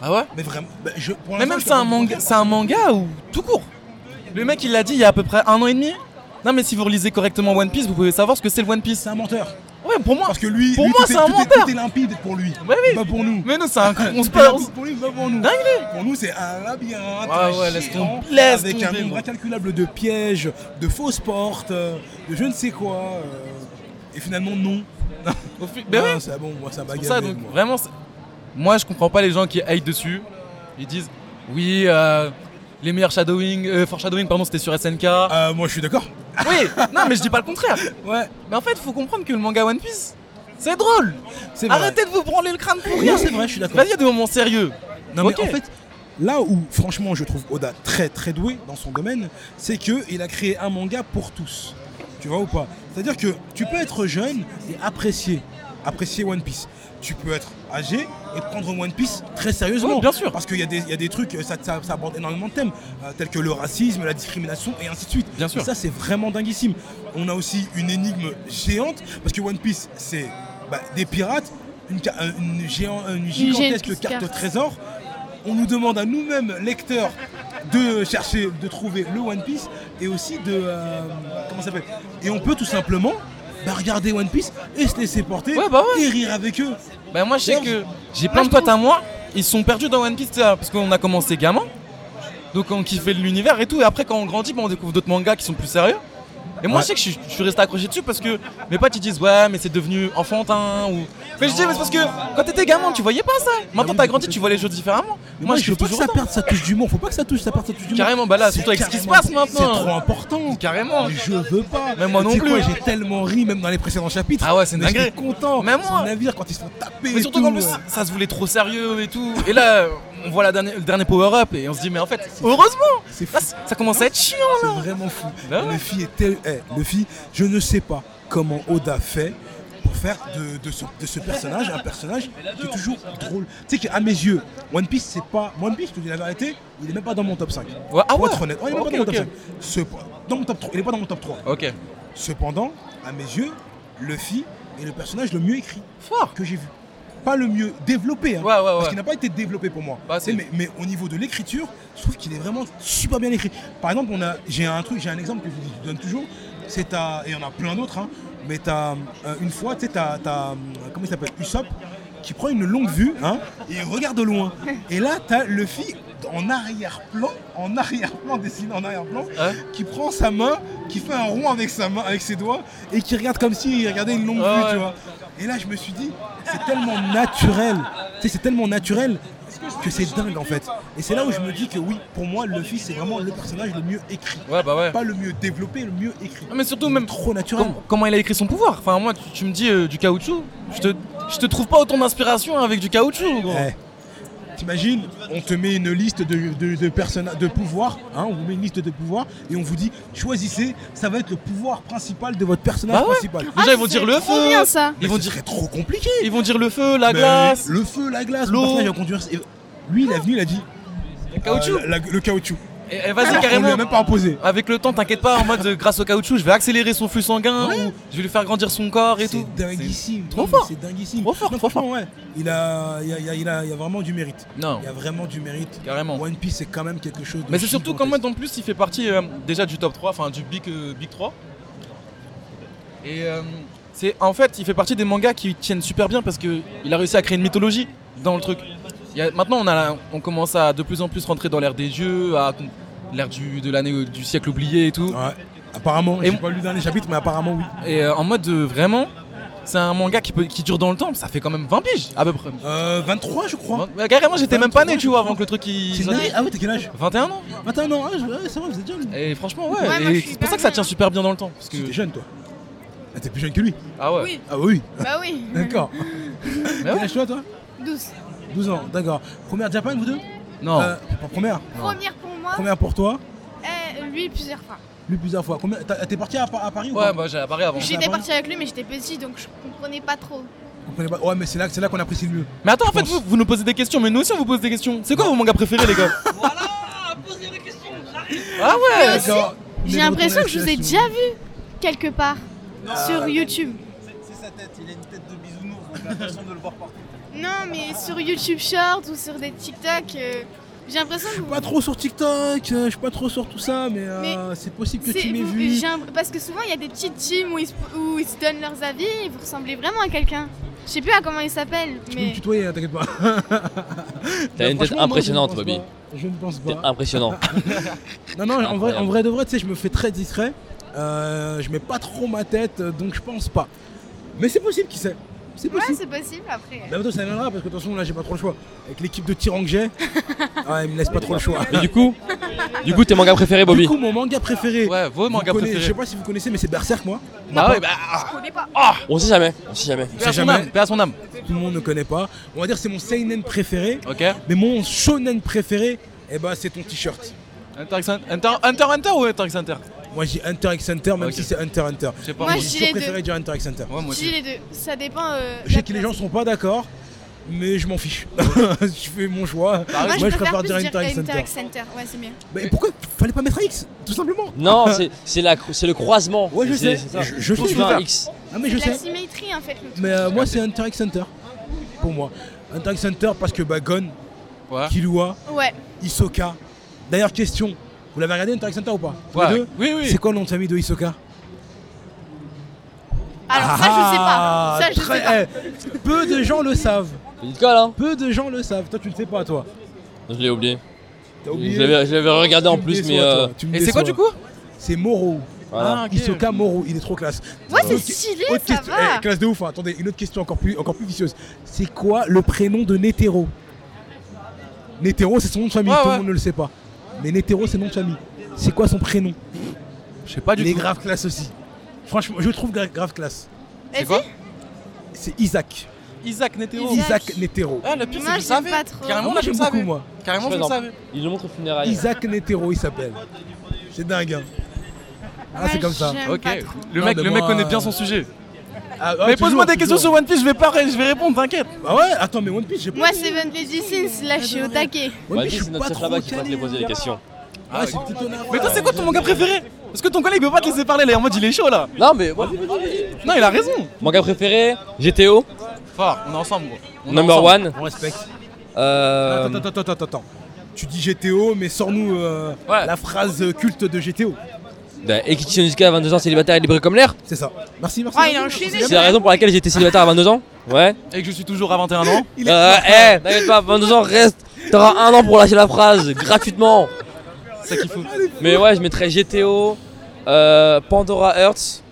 Speaker 3: Ah ouais
Speaker 6: Mais vraiment, bah, je, pour
Speaker 3: Mais
Speaker 6: l'instant,
Speaker 3: même
Speaker 6: je
Speaker 3: c'est un
Speaker 6: t'avoue,
Speaker 3: manga, c'est un manga ou tout court. Le mec il l'a dit il y a à peu près un an et demi. Non mais si vous relisez correctement One Piece, vous pouvez savoir ce que c'est le One Piece.
Speaker 6: C'est un menteur.
Speaker 3: Ouais, pour moi.
Speaker 6: Parce que lui,
Speaker 3: Pour
Speaker 6: lui,
Speaker 3: moi,
Speaker 6: tout
Speaker 3: c'est un
Speaker 6: tout
Speaker 3: menteur.
Speaker 6: Tout est limpide pour lui.
Speaker 3: Ouais, oui.
Speaker 6: Pas pour nous.
Speaker 3: Mais non, c'est
Speaker 6: (laughs)
Speaker 3: un. On se
Speaker 6: Tout est
Speaker 3: parle.
Speaker 6: limpide pour lui, pas pour nous.
Speaker 3: Dinguerie.
Speaker 6: Pour nous, c'est un labyrinthe.
Speaker 3: Ouais,
Speaker 6: un
Speaker 3: ouais, laisse
Speaker 6: géant,
Speaker 3: tomber, laisse
Speaker 6: Avec un
Speaker 3: tomber,
Speaker 6: nombre
Speaker 3: moi.
Speaker 6: incalculable de pièges, de fausses portes, euh, de je ne sais quoi. euh, et finalement, non.
Speaker 3: (laughs) Au fi- Ben
Speaker 6: Non,
Speaker 3: oui.
Speaker 6: c'est bon, moi, ça m'a
Speaker 3: C'est pour
Speaker 6: gavé,
Speaker 3: ça, donc
Speaker 6: moi.
Speaker 3: vraiment, c'est- moi je comprends pas les gens qui hate dessus. Ils disent oui, euh, les meilleurs shadowing, euh, foreshadowing, pardon, c'était sur SNK.
Speaker 6: Euh, moi, je suis d'accord.
Speaker 3: Oui, non, mais je dis pas le contraire.
Speaker 6: Ouais,
Speaker 3: Mais en fait, faut comprendre que le manga One Piece, c'est drôle.
Speaker 6: c'est vrai.
Speaker 3: Arrêtez de vous branler le crâne pour rien.
Speaker 6: Non, c'est vrai, je suis d'accord.
Speaker 3: Vas-y, il y a des moments sérieux.
Speaker 6: Non, mais
Speaker 3: Ok.
Speaker 6: en fait, là où franchement je trouve Oda très très doué dans son domaine, c'est qu'il a créé un manga pour tous. Tu vois ou pas C'est-à-dire que tu peux être jeune et apprécier, apprécier One Piece. Tu peux être âgé et prendre One Piece très sérieusement.
Speaker 3: Ouais, bien sûr.
Speaker 6: Parce qu'il y, a des- il y a des trucs, ça, ça- ça aborde énormément de thèmes, euh, tels que le racisme, la discrimination et ainsi de suite.
Speaker 3: Bien sûr.
Speaker 6: Et ça, c'est vraiment dinguissime. On a aussi une énigme géante, parce que One Piece, c'est bah, des pirates une, ca- euh, une géant- une gigantesque
Speaker 4: gigantesque
Speaker 6: carte
Speaker 4: carte.
Speaker 6: trésor. On nous demande à nous-mêmes, lecteurs, de chercher, de trouver le One Piece et aussi de. euh, comment ça s'appelle Et on peut tout simplement bah, regarder One Piece et se laisser porter
Speaker 3: Ouais, bah ouais.
Speaker 6: et rire avec eux.
Speaker 3: Bah moi je sais
Speaker 6: Ouais,
Speaker 3: que j'ai plein de potes à moi, ils se sont perdus dans One Piece tu sais, parce qu'on a commencé gamin. Donc on kiffait l'univers et tout et après quand on grandit, bah, on découvre d'autres mangas qui sont plus sérieux. Et moi
Speaker 6: Ouais.
Speaker 3: je sais que je, suis- je suis resté accroché dessus parce que mes potes ils disent ouais mais c'est devenu enfantin ou mais je dis mais c'est parce que quand t'étais gamin tu voyais pas ça. Maintenant t'as grandi tu vois les choses différemment.
Speaker 6: Mais
Speaker 3: Moi je
Speaker 6: veux
Speaker 3: kiffe
Speaker 6: pas que
Speaker 3: toujours
Speaker 6: ça
Speaker 3: ça.
Speaker 6: perde sa touche d'humour. Faut pas que ça touche, ça perde sa touche d'humour.
Speaker 3: Carrément bah là
Speaker 6: C'est
Speaker 3: surtout avec ce qui se
Speaker 6: carrément-
Speaker 3: passe maintenant.
Speaker 6: C'est trop important.
Speaker 3: Carrément.
Speaker 6: Je veux pas.
Speaker 3: Mais moi
Speaker 6: Tu sais
Speaker 3: non
Speaker 6: quoi,
Speaker 3: plus.
Speaker 6: J'ai tellement ri, même dans les précédents chapitres.
Speaker 3: Ah ouais, c'est
Speaker 6: Mais
Speaker 3: dingue.
Speaker 6: j'étais content.
Speaker 3: Même moi.
Speaker 6: Son navire quand ils se font taper.
Speaker 3: Mais
Speaker 6: et
Speaker 3: surtout qu'en
Speaker 6: tout,
Speaker 3: plus,
Speaker 6: euh.
Speaker 3: ça se voulait trop sérieux et tout. Et là, on voit la dernière- le dernier power-up et on se dit, mais en fait, heureusement
Speaker 6: C'est fou.
Speaker 3: Là, Ah, c- ça commence à être chiant
Speaker 6: C'est
Speaker 3: là
Speaker 6: vraiment fou.
Speaker 3: Bah ouais.
Speaker 6: Luffy est tel. eh, Luffy, je ne sais pas comment Oda fait pour faire de, de ce, de ce personnage un personnage qui est toujours drôle. Tu sais qu'à mes yeux, One Piece, c'est pas. One Piece, je te dis la vérité, il est même pas dans mon top 5.
Speaker 3: Ouais, Ah
Speaker 6: Pour
Speaker 3: ouais
Speaker 6: être honnête, ouais, il est même
Speaker 3: Ok,
Speaker 6: pas dans mon
Speaker 3: ok.
Speaker 6: top 5. Ce- dans mon top 3, il est pas dans mon top 3.
Speaker 3: Ok.
Speaker 6: Cependant, à mes yeux, Luffy est le personnage le mieux écrit
Speaker 3: Fort
Speaker 6: que j'ai vu. Pas le mieux développé, hein,
Speaker 3: Ouais, ouais,
Speaker 6: parce
Speaker 3: ouais.
Speaker 6: qu'il n'a pas été développé pour moi.
Speaker 3: Bah, c'est-
Speaker 6: mais, mais au niveau de l'écriture, je trouve qu'il est vraiment super bien écrit. Par exemple, on a, j'ai un truc, j'ai un exemple que je vous donne toujours. C'est à, et on a plein d'autres, hein, mais t'as euh, une fois, tu sais, t'as, t'as, euh, comment il s'appelle, Usopp, qui prend une longue vue, hein, et il regarde au loin. Et là, t'as Luffy en arrière-plan, en arrière-plan, dessiné en arrière-plan,
Speaker 3: Ouais.
Speaker 6: qui prend sa main, qui fait un rond avec sa main, avec ses doigts, et qui regarde comme s'il regardait une longue
Speaker 3: Ouais,
Speaker 6: vue,
Speaker 3: ouais.
Speaker 6: tu vois. Et là, je me suis dit, c'est tellement naturel, tu sais, c'est tellement naturel que c'est dingue en fait. Et c'est là où je me dis que oui, pour moi, Luffy, c'est vraiment le personnage le mieux écrit.
Speaker 3: Ouais, bah ouais.
Speaker 6: Pas le mieux développé, le mieux écrit.
Speaker 3: Non, mais surtout, même
Speaker 6: Trop naturel.
Speaker 3: com- comment il a écrit son pouvoir. Enfin, moi, tu, tu me dis euh, du caoutchouc. Je te, je te trouve pas autant d'inspiration avec du caoutchouc, gros.
Speaker 6: Eh, T'imagines, on te met une liste de, de, de personnages, de pouvoirs, hein, on vous met une liste de pouvoirs et on vous dit, choisissez, ça va être le pouvoir principal de votre personnage
Speaker 3: Bah ouais.
Speaker 6: principal.
Speaker 3: Déjà, ils vont dire le
Speaker 4: Ah, Trop
Speaker 3: feu
Speaker 4: bien ça
Speaker 6: Ils
Speaker 3: Ils
Speaker 6: vont
Speaker 3: vont
Speaker 6: dire,
Speaker 3: dire-
Speaker 6: c'est trop compliqué.
Speaker 3: Ils vont dire le feu, la
Speaker 6: Mais
Speaker 3: glace,
Speaker 6: Le feu, la glace,
Speaker 3: l'eau.
Speaker 6: le personnage en conduire. et Lui, il est venu, il a dit.
Speaker 3: le caoutchouc.
Speaker 6: euh, la- la- le caoutchouc.
Speaker 3: Et, et vas-y,
Speaker 6: Alors qu'on
Speaker 3: carrément.
Speaker 6: lui a même pas imposé.
Speaker 3: Avec le temps, t'inquiète pas, en mode euh, grâce au caoutchouc, je vais accélérer son flux sanguin
Speaker 6: Ouais.
Speaker 3: ou je vais lui faire grandir son corps et tout.
Speaker 6: C'est dinguissime.
Speaker 3: Trop
Speaker 6: Non, mais
Speaker 3: fort.
Speaker 6: C'est dinguissime.
Speaker 3: Trop fort,
Speaker 6: Non,
Speaker 3: trop
Speaker 6: franchement, ouais. Il a, il y a, il y a- il a- il y a vraiment du mérite.
Speaker 3: Non,
Speaker 6: Il y a vraiment du mérite.
Speaker 3: carrément.
Speaker 6: One Piece, c'est quand même quelque chose de.
Speaker 3: Mais c'est surtout qu'en
Speaker 6: gigantesque.
Speaker 3: mode en plus il fait partie euh, déjà du top 3, enfin du big, euh, big 3. Et euh, c'est en fait il fait partie des mangas qui tiennent super bien parce que il a réussi à créer une mythologie dans le truc. Il y a- maintenant on, a, la- on commence à de plus en plus rentrer dans l'ère des dieux, à con- l'ère du, de l'année euh, du siècle oublié et tout.
Speaker 6: Ouais. Apparemment,
Speaker 3: Et
Speaker 6: j'ai
Speaker 3: mon-
Speaker 6: pas lu le dernier chapitre, mais apparemment, oui.
Speaker 3: Et euh, en mode euh, vraiment c'est un manga qui, peut, qui dure dans le temps, ça fait quand même 20 piges à peu près.
Speaker 6: Euh, 23, je crois.
Speaker 3: Ouais, carrément j'étais même pas né
Speaker 6: 23,
Speaker 3: tu vois avant que le truc il...
Speaker 6: C'est
Speaker 3: sorte.
Speaker 6: dingue. Ah ouais, t'as quel âge
Speaker 3: 21 ans
Speaker 6: 21 ans, ah, je- ouais, c'est vrai, vous êtes jeune.
Speaker 3: Et franchement ouais,
Speaker 4: Ouais, moi,
Speaker 3: et
Speaker 4: je suis
Speaker 3: c'est pour ça
Speaker 4: pas
Speaker 3: que ça
Speaker 4: née,
Speaker 3: tient
Speaker 4: hein.
Speaker 3: super bien dans le temps. Parce que...
Speaker 6: Tu t'es jeune, toi. Ah, t'es plus jeune que lui.
Speaker 3: Ah ouais.
Speaker 4: Oui.
Speaker 6: Ah oui,
Speaker 4: Bah oui
Speaker 3: (laughs)
Speaker 6: d'accord.
Speaker 3: Mais
Speaker 6: Quel
Speaker 3: ouais.
Speaker 6: âge toi, toi
Speaker 4: 12
Speaker 6: 12 ans, d'accord. Première Japan, vous deux
Speaker 3: Non.
Speaker 6: Euh, pas première.
Speaker 4: Première pour moi,
Speaker 6: Première pour toi,
Speaker 4: euh, lui plusieurs fois.
Speaker 6: lui plusieurs fois. Combien... t'as- T'es parti à, Pa- à Paris ou
Speaker 3: Ouais,
Speaker 6: pas
Speaker 3: bah j'ai apparu avant.
Speaker 4: J'étais
Speaker 6: avant
Speaker 4: partie avec lui mais j'étais petit donc je comprenais pas trop.
Speaker 6: Comprenez pas Ouais, mais c'est là, c'est là qu'on apprécie le mieux.
Speaker 3: Mais attends, en
Speaker 6: Je
Speaker 3: fait,
Speaker 6: pense.
Speaker 3: vous, vous nous posez des questions, mais nous aussi on vous pose des questions. C'est quoi vos mangas préférés, les gars (laughs) Ah Voilà Posez des questions, j'arrive
Speaker 6: D'accord.
Speaker 4: J'ai
Speaker 6: Mais
Speaker 4: l'impression que je vous ai
Speaker 6: retournez à
Speaker 4: déjà vu quelque part
Speaker 3: Euh,
Speaker 4: sur YouTube.
Speaker 7: C'est sa tête, il a une tête de bisounours, donc j'ai l'impression de le voir partout.
Speaker 4: Non mais sur YouTube Short ou sur des TikTok, euh, j'ai l'impression que vous...
Speaker 6: Pas trop sur TikTok, euh, je suis pas trop sur tout ça, mais, euh, c'est possible que
Speaker 4: c'est-
Speaker 6: tu m'aies
Speaker 4: vous-
Speaker 6: vu.
Speaker 4: j'ai un- Parce que souvent il y a des petites teams où ils, se, où ils se donnent leurs avis et vous ressemblez vraiment à quelqu'un. Je sais plus à comment il s'appelle
Speaker 6: Tu peux me
Speaker 4: mais...
Speaker 6: tutoyer, hein, t'inquiète pas.
Speaker 5: T'as une tête
Speaker 6: Franchement, moi, je ne
Speaker 5: impressionnante,
Speaker 6: pense
Speaker 5: Bobby.
Speaker 6: pas. Je ne pense
Speaker 5: C'était
Speaker 6: pas.
Speaker 5: impressionnant.
Speaker 6: Non, non, en vrai,
Speaker 5: Incroyable.
Speaker 6: en vrai de vrai, tu sais, je me fais très discret. Euh, je mets pas trop ma tête, euh, donc je pense pas. Mais c'est possible, qui sait C'est
Speaker 4: Ouais
Speaker 6: possible.
Speaker 4: c'est possible après.
Speaker 6: Mais bientôt, ça viendra parce que, de toute façon, là, j'ai pas trop le choix. Avec l'équipe de tyrans
Speaker 4: (laughs)
Speaker 6: que j'ai, ouais, ils me laissent pas trop le choix.
Speaker 5: Mais du coup, du coup, tes mangas préférés, Bobby
Speaker 6: Du coup, mon manga préféré.
Speaker 3: pas. (laughs) Ouais, vos
Speaker 6: vous
Speaker 3: mangas
Speaker 6: connaissez- Je sais
Speaker 3: préférés.
Speaker 6: pas si vous connaissez, mais c'est Berserk, moi.
Speaker 3: Bah ouais, bah. ah,
Speaker 4: Je connais pas.
Speaker 5: On sait jamais. On sait jamais.
Speaker 3: Paix à son
Speaker 6: jamais.
Speaker 3: âme, paix à son âme.
Speaker 6: Tout le monde ne connaît pas. On va dire c'est mon seinen préféré.
Speaker 3: Ok.
Speaker 6: Mais mon shonen préféré, eh ben, c'est ton t-shirt.
Speaker 3: Hunter x Hunter, Hunter, Hunter, Hunter ou Hunter x Hunter
Speaker 6: Moi, j'ai Hunter x Hunter, même
Speaker 3: Ok.
Speaker 6: si c'est Hunter x Hunter.
Speaker 3: Je sais pas.
Speaker 4: Moi,
Speaker 6: Mon
Speaker 4: je dis
Speaker 6: show
Speaker 4: les
Speaker 6: préféré du Hunter x Hunter.
Speaker 3: Ouais, moi
Speaker 4: J'ai
Speaker 3: aussi.
Speaker 4: les deux. Ça dépend. euh,
Speaker 6: Je sais
Speaker 4: la
Speaker 6: que les gens
Speaker 4: place.
Speaker 6: sont pas d'accord, mais je m'en fiche. (laughs) je fais mon
Speaker 4: Moi,
Speaker 6: choix. Moi,
Speaker 4: Bah, je
Speaker 6: je
Speaker 4: préfère
Speaker 6: préfère
Speaker 4: plus
Speaker 6: dire
Speaker 4: dire
Speaker 6: Hunter x Hunter.
Speaker 4: Hunter x Hunter. Ouais, c'est mieux.
Speaker 6: Mais pourquoi fallait pas mettre un X Tout simplement.
Speaker 5: Non, c'est- c'est la, cro- c'est le croisement.
Speaker 6: Ouais, je
Speaker 5: C'est-
Speaker 6: sais.
Speaker 5: c'est ça.
Speaker 6: Je- je
Speaker 5: Faut que
Speaker 6: sais
Speaker 5: tu fasses un
Speaker 6: faire.
Speaker 5: X.
Speaker 6: Ah, mais je
Speaker 4: C'est de la
Speaker 6: sais.
Speaker 4: symétrie en fait. le truc.
Speaker 6: Mais euh, moi, c'est Hunter x Hunter. pour moi. Hunter x Hunter parce que bah, Gon,
Speaker 3: Ouais.
Speaker 6: Killua,
Speaker 4: Ouais.
Speaker 6: Hisoka. D'ailleurs, question, vous l'avez regardé Hunter x Hunter ou pas Tous les
Speaker 3: Ouais.
Speaker 6: deux
Speaker 3: Oui, oui.
Speaker 6: C'est quoi le nom de famille de Hisoka
Speaker 4: Alors ça, je sais pas.
Speaker 6: Ah,
Speaker 4: Ça, je
Speaker 6: très-
Speaker 4: sais pas.
Speaker 6: eh, peu de gens le savent.
Speaker 5: Dites quoi là
Speaker 6: Peu de gens le savent. Toi, tu le sais pas, toi.
Speaker 5: hein. Je l'ai oublié.
Speaker 6: T'as oublié.
Speaker 5: Je l'avais je l'avais regardé en
Speaker 6: Tu me
Speaker 5: plus,
Speaker 6: déçois,
Speaker 5: mais. euh,
Speaker 6: toi. Tu me
Speaker 3: Et c'est quoi du
Speaker 6: déçois.
Speaker 3: coup
Speaker 6: C'est Moro.
Speaker 5: Voilà.
Speaker 3: Ah, ok.
Speaker 6: Hisoka Moro, il est trop classe.
Speaker 4: Ouais, c'est
Speaker 6: Ok,
Speaker 4: stylé,
Speaker 6: autre
Speaker 4: ça
Speaker 6: question-
Speaker 4: va.
Speaker 6: eh, classe de ouf, hein. attendez, une autre question encore plus, encore plus vicieuse. C'est quoi le prénom de Netero Netero, c'est son nom de famille,
Speaker 3: Ouais,
Speaker 6: tout
Speaker 3: ouais.
Speaker 6: le monde ne le sait pas. Mais Netero, c'est nom de famille. C'est quoi son prénom
Speaker 3: Je sais pas du
Speaker 6: Il est
Speaker 3: tout.
Speaker 6: grave classe aussi. Franchement, je le trouve gra- grave classe.
Speaker 4: Vas-y.
Speaker 3: C'est quoi
Speaker 6: Ah, C'est Isaac.
Speaker 3: Isaac Netero.
Speaker 4: Isaac.
Speaker 6: Isaac Netero.
Speaker 3: Ah, le pire, c'est
Speaker 4: Moi,
Speaker 3: que je
Speaker 4: j'aime
Speaker 3: savais.
Speaker 4: pas trop.
Speaker 6: Ah,
Speaker 3: Carrément,
Speaker 6: moi,
Speaker 3: là, je
Speaker 6: j'aime
Speaker 3: le
Speaker 6: beaucoup,
Speaker 3: savais.
Speaker 6: moi.
Speaker 3: Carrément, je le
Speaker 5: J'adore.
Speaker 3: savais.
Speaker 5: Il le montre au funérail.
Speaker 6: Isaac Netero, il s'appelle. C'est dingue. hein. Ah, c'est
Speaker 4: Ouais,
Speaker 6: comme ça.
Speaker 4: j'aime
Speaker 3: Ok.
Speaker 4: pas trop.
Speaker 3: Le
Speaker 6: Non,
Speaker 3: mec,
Speaker 6: mais
Speaker 3: le mec
Speaker 6: moi,
Speaker 3: connaît
Speaker 6: euh,
Speaker 3: bien son sujet.
Speaker 6: Ah, ah,
Speaker 3: mais
Speaker 6: toujours,
Speaker 3: pose-moi des questions
Speaker 6: toujours.
Speaker 3: sur One Piece, je vais pas, ré- je vais répondre, t'inquiète.
Speaker 6: Ah ouais, attends, mais One Piece, j'ai pas.
Speaker 4: Moi, Seven Deadly Sins, là, je suis au taquet.
Speaker 6: One
Speaker 5: Bah,
Speaker 6: Piece,
Speaker 5: dis,
Speaker 6: je
Speaker 5: c'est
Speaker 6: suis
Speaker 5: notre
Speaker 6: pas
Speaker 5: chef
Speaker 6: trop
Speaker 5: là-bas qui va te les
Speaker 6: calé,
Speaker 5: poser les
Speaker 6: hein.
Speaker 5: questions.
Speaker 6: Ah, c'est plutôt navrant.
Speaker 3: Mais toi, c'est quoi ton manga préféré Parce que ton collègue veut pas te laisser parler, là. En mode, il est chaud, là.
Speaker 5: Non, mais. ouais.
Speaker 3: Non, il a raison.
Speaker 5: Manga préféré GTO,
Speaker 3: Fort, on est ensemble, gros. On est
Speaker 5: number
Speaker 3: ensemble.
Speaker 5: one.
Speaker 6: On respecte.
Speaker 5: Euh,
Speaker 6: Attends, attends, attends, attends, attends. Tu dis GTO, mais sors-nous euh,
Speaker 5: Ouais.
Speaker 6: la phrase culte de GTO.
Speaker 5: bah, Ekichi Onizuka, 22 ans, célibataire et libre comme l'air.
Speaker 6: C'est ça. Merci, merci.
Speaker 4: Ah, il est
Speaker 6: merci.
Speaker 4: en Chine.
Speaker 5: C'est la raison pour laquelle j'étais célibataire à 22 ans. Ouais.
Speaker 3: Et que je suis toujours à 21 ans.
Speaker 6: Il est-
Speaker 5: Euh, eh, t'inquiète pas, 22 ans, reste. T'auras un an pour lâcher la phrase, gratuitement.
Speaker 3: C'est ça qu'il faut.
Speaker 5: Mais ouais, je mettrais GTO, euh, Pandora Hearts.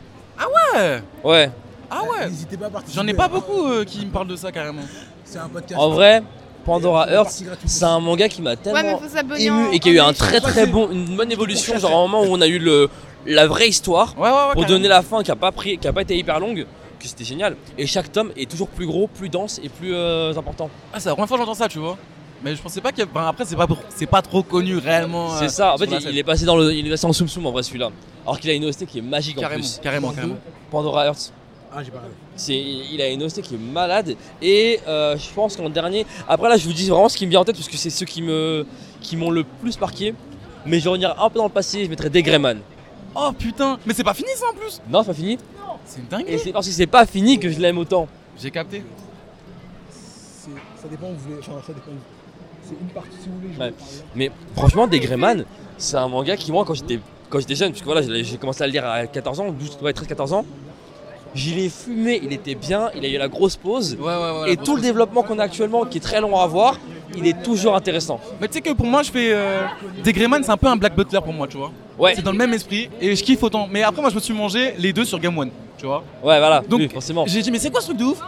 Speaker 3: Ouais.
Speaker 5: Ouais.
Speaker 3: Ah ouais.
Speaker 6: N'hésitez pas à
Speaker 3: (laughs)
Speaker 6: participer. hein.
Speaker 3: J'en ai pas beaucoup euh, qui me parlent de ça, carrément.
Speaker 6: C'est un podcast.
Speaker 5: En vrai, Pandora
Speaker 6: Pandora
Speaker 5: Hearts, c'est un manga qui m'a
Speaker 4: Ouais, mais
Speaker 5: tellement
Speaker 4: faut s'abonner. en-
Speaker 5: ému et qui a eu
Speaker 4: en
Speaker 5: un
Speaker 4: échange.
Speaker 5: très très bon, une bonne évolution, genre un moment où on a eu le, la vraie histoire.
Speaker 3: Ouais, ouais, ouais.
Speaker 5: pour
Speaker 3: carrément.
Speaker 5: donner la fin qui a pas pris, qui a pas été hyper longue, que c'était génial. Et chaque tome est toujours plus gros, plus dense et plus euh, important.
Speaker 3: Ah, c'est la première fois que j'entends ça, tu vois. Mais je pensais pas qu'il y a... ben, après, c'est pas... c'est pas trop connu réellement. euh,
Speaker 5: c'est ça. En
Speaker 3: sur
Speaker 5: fait,
Speaker 3: la
Speaker 5: il,
Speaker 3: scène.
Speaker 5: il est passé dans le, il est passé en soum soum en vrai celui-là. Alors qu'il a une OST qui est magique en
Speaker 3: Carrément,
Speaker 5: plus.
Speaker 3: carrément, carrément.
Speaker 5: Pandora Hearts.
Speaker 6: Ah, j'ai pas regardé.
Speaker 5: C'est, il a une OST qui est malade et euh, je pense qu'en dernier, après là je vous dis vraiment ce qui me vient en tête parce que c'est ceux qui me, qui m'ont le plus marqué. Mais je reviendrai un peu dans le passé, je mettrai Degreman.
Speaker 3: Oh putain, mais c'est pas fini ça en plus.
Speaker 5: Non, c'est pas fini.
Speaker 3: C'est une
Speaker 5: Et
Speaker 3: dinguerie.
Speaker 5: c'est parce que c'est pas fini que je l'aime autant.
Speaker 3: J'ai capté.
Speaker 6: C'est- Ça dépend où vous voulez. Enfin, ça dépend où. C'est une partie si vous voulez. je
Speaker 5: Ouais.
Speaker 6: vous parle.
Speaker 5: Mais franchement, des Greyman, c'est un manga qui, moi, quand j'étais quand j'étais jeune, puisque voilà, je l'ai- j'ai commencé à le lire à 14 ans, 12, ouais, 13-14 ans, j'y l'ai fumé, il était bien, il a eu la grosse pause.
Speaker 3: Ouais, ouais, ouais.
Speaker 5: Et tout le développement qu'on a actuellement, qui est très long à voir, il est toujours intéressant.
Speaker 3: Mais tu sais que pour moi, je fais. Euh... Des Greyman, c'est un peu un Black Butler pour moi, tu vois.
Speaker 5: Ouais,
Speaker 3: C'est
Speaker 5: ouais,
Speaker 3: dans le même esprit et je kiffe autant. Mais après, moi, je me suis mangé les deux sur Game One, tu vois.
Speaker 5: voilà,
Speaker 3: Donc,
Speaker 5: oui, forcément.
Speaker 3: J'ai dit, mais c'est quoi ce truc de ouf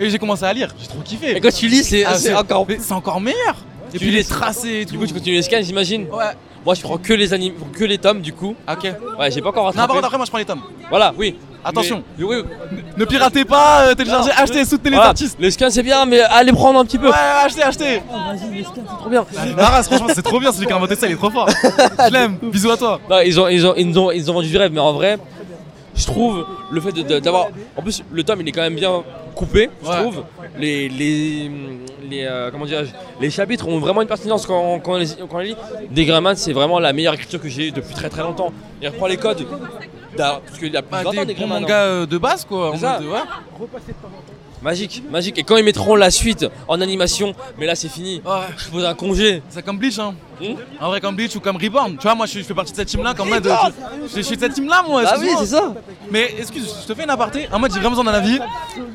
Speaker 3: Et j'ai commencé à lire, j'ai trop
Speaker 5: Et
Speaker 3: kiffé.
Speaker 5: quand tu lis, c'est
Speaker 3: Ah,
Speaker 5: c'est encore
Speaker 3: mais C'est encore meilleur. Et
Speaker 5: Tu
Speaker 3: puis
Speaker 5: lis-
Speaker 3: les tracés et tout.
Speaker 5: Du coup, tu continues les scans, j'imagine.
Speaker 3: Ouais,
Speaker 5: Moi, je prends que les animes, que les tomes, du coup.
Speaker 3: ok.
Speaker 5: Ouais, j'ai pas encore
Speaker 3: Non, par
Speaker 5: rattrapé.
Speaker 3: contre, après, moi, je prends les tomes.
Speaker 5: Voilà, oui.
Speaker 3: Attention.
Speaker 5: Mais- oui, oui.
Speaker 3: Ne piratez pas, euh, téléchargez, achetez, soutenez les
Speaker 5: Voilà,
Speaker 3: artistes.
Speaker 5: Les scans, c'est bien, mais allez prendre un petit peu.
Speaker 3: Ouais, ouais, achetez, achetez.
Speaker 5: Trop bien.
Speaker 3: Naras, franchement, c'est trop bien celui qui a inventé ça, il est trop (laughs) fort. Je l'aime, bisous à toi.
Speaker 5: Non, ils ont, ils ont, ils nous ont, ils ont vendu du rêve, mais en vrai, je trouve le fait de- de- d'avoir. En plus, le tome, il est quand même bien coupé, je
Speaker 3: Ouais.
Speaker 5: trouve. Les, les, les, euh, comment dirais-je, les chapitres ont vraiment une pertinence quand, quand, on les, quand on les lit. Des Greyman, c'est vraiment la meilleure écriture que j'ai eue depuis très très longtemps. Il reprend les codes. d'à- Parce qu'il y a plus de
Speaker 3: Bah,
Speaker 5: 20 ans,
Speaker 3: des
Speaker 5: des
Speaker 3: bons
Speaker 5: Greyman, hein.
Speaker 3: mangas euh, de base, quoi. en
Speaker 5: C'est ça.
Speaker 3: mode, ouais.
Speaker 5: Magique, magique. Et quand ils mettront la suite en animation, mais là c'est fini.
Speaker 3: Ouais.
Speaker 5: Je pose un congé.
Speaker 3: C'est comme Bleach, hein.
Speaker 5: Hmm
Speaker 3: En vrai, comme Bleach ou comme Reborn. Tu vois, moi, je, suis- je fais partie de cette team-là. Comme mode, je, je suis de cette team-là, moi. excuse-moi.
Speaker 5: Ah ça.
Speaker 3: Mais excuse, je te fais une aparté. En mode, j'ai vraiment besoin d'un avis.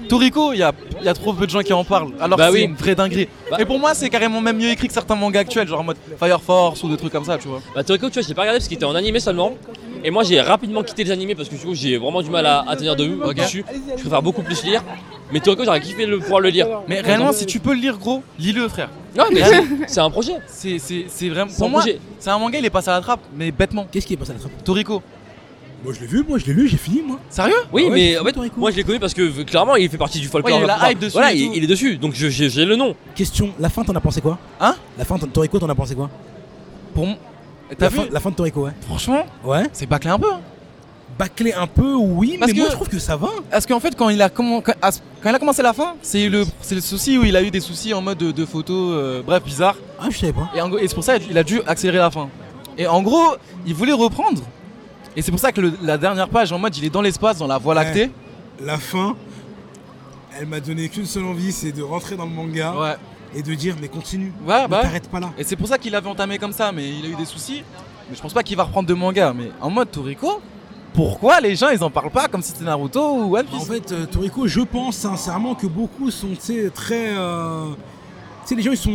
Speaker 3: Toriko, il y a, il y a trop peu de gens qui en parlent. Alors
Speaker 5: Bah
Speaker 3: que c'est
Speaker 5: oui.
Speaker 3: une vraie dinguerie.
Speaker 5: Bah-
Speaker 3: Et pour moi, c'est carrément même mieux écrit que certains mangas actuels, genre en mode Fire Force ou des trucs comme ça, tu vois.
Speaker 5: Bah Toriko tu vois je l'ai pas regardé parce qu'il était en animé seulement et moi j'ai rapidement quitté les animés parce que du coup j'ai vraiment du mal à, à tenir de vue
Speaker 3: Ok.
Speaker 5: dessus. Je préfère beaucoup plus lire. Mais Toriko j'aurais kiffé le, pouvoir le lire.
Speaker 3: Mais réellement, si tu peux le lire, gros, lis-le, frère.
Speaker 5: Non mais c'est- c'est un projet.
Speaker 3: C'est- C'est c'est vraiment.
Speaker 5: C'est
Speaker 3: Pour
Speaker 5: un
Speaker 3: moi,
Speaker 5: projet.
Speaker 3: c'est un manga, il est passé à la trappe, mais bêtement.
Speaker 6: Qu'est-ce qui est passé à la trappe
Speaker 3: Toriko.
Speaker 6: Moi, je l'ai vu, moi, je l'ai lu, j'ai fini, moi.
Speaker 3: Sérieux
Speaker 5: Oui
Speaker 6: Ah ouais,
Speaker 5: mais
Speaker 6: c'est
Speaker 5: en fait
Speaker 6: Toriko.
Speaker 5: moi je l'ai connu parce que euh, clairement il fait partie du folklore.
Speaker 3: Ouais, il y a
Speaker 5: de
Speaker 3: la
Speaker 5: pouvoir.
Speaker 3: hype dessus
Speaker 5: Voilà
Speaker 3: et
Speaker 5: il,
Speaker 3: tout.
Speaker 5: il est dessus donc je- j'ai j'ai le nom.
Speaker 6: Question la fin, t'en as pensé quoi
Speaker 3: Hein
Speaker 6: La fin, t'en- Toriko, t'en as pensé quoi
Speaker 3: Pour moi. T'as
Speaker 6: la
Speaker 3: vu
Speaker 6: fin, la fin de Toriko, ouais.
Speaker 3: Franchement,
Speaker 6: Ouais.
Speaker 3: c'est bâclé un peu. hein.
Speaker 6: Bâclé un peu, oui,
Speaker 3: Parce
Speaker 6: mais moi,
Speaker 3: que-
Speaker 6: je trouve que ça va.
Speaker 3: Parce qu'en fait, quand il a, comm- quand, à- quand il a commencé la fin, c'est le, c'est le souci où il a eu des soucis en mode de, de photos, euh, bref, bizarre.
Speaker 6: Ah, je savais pas.
Speaker 3: Et, en gros- et c'est pour ça qu'il a dû accélérer la fin. Et en gros, il voulait reprendre. Et c'est pour ça que le- la dernière page, en mode, il est dans l'espace, dans la voie lactée.
Speaker 6: la fin, elle m'a donné qu'une seule envie, c'est de rentrer dans le manga
Speaker 3: Ouais.
Speaker 6: et de dire mais continue,
Speaker 3: Ouais,
Speaker 6: ne
Speaker 3: bah. ouais.
Speaker 6: t'arrête pas là.
Speaker 3: Et c'est pour ça qu'il avait entamé comme ça, mais il a eu des soucis. Mais je pense pas qu'il va reprendre de manga. Mais en mode Toriko, pourquoi les gens ils en parlent pas comme si c'était Naruto ou One
Speaker 6: En
Speaker 3: Piece
Speaker 6: fait, euh, Toriko, je pense sincèrement que beaucoup sont tu sais, très. euh, Tu sais, les gens ils sont.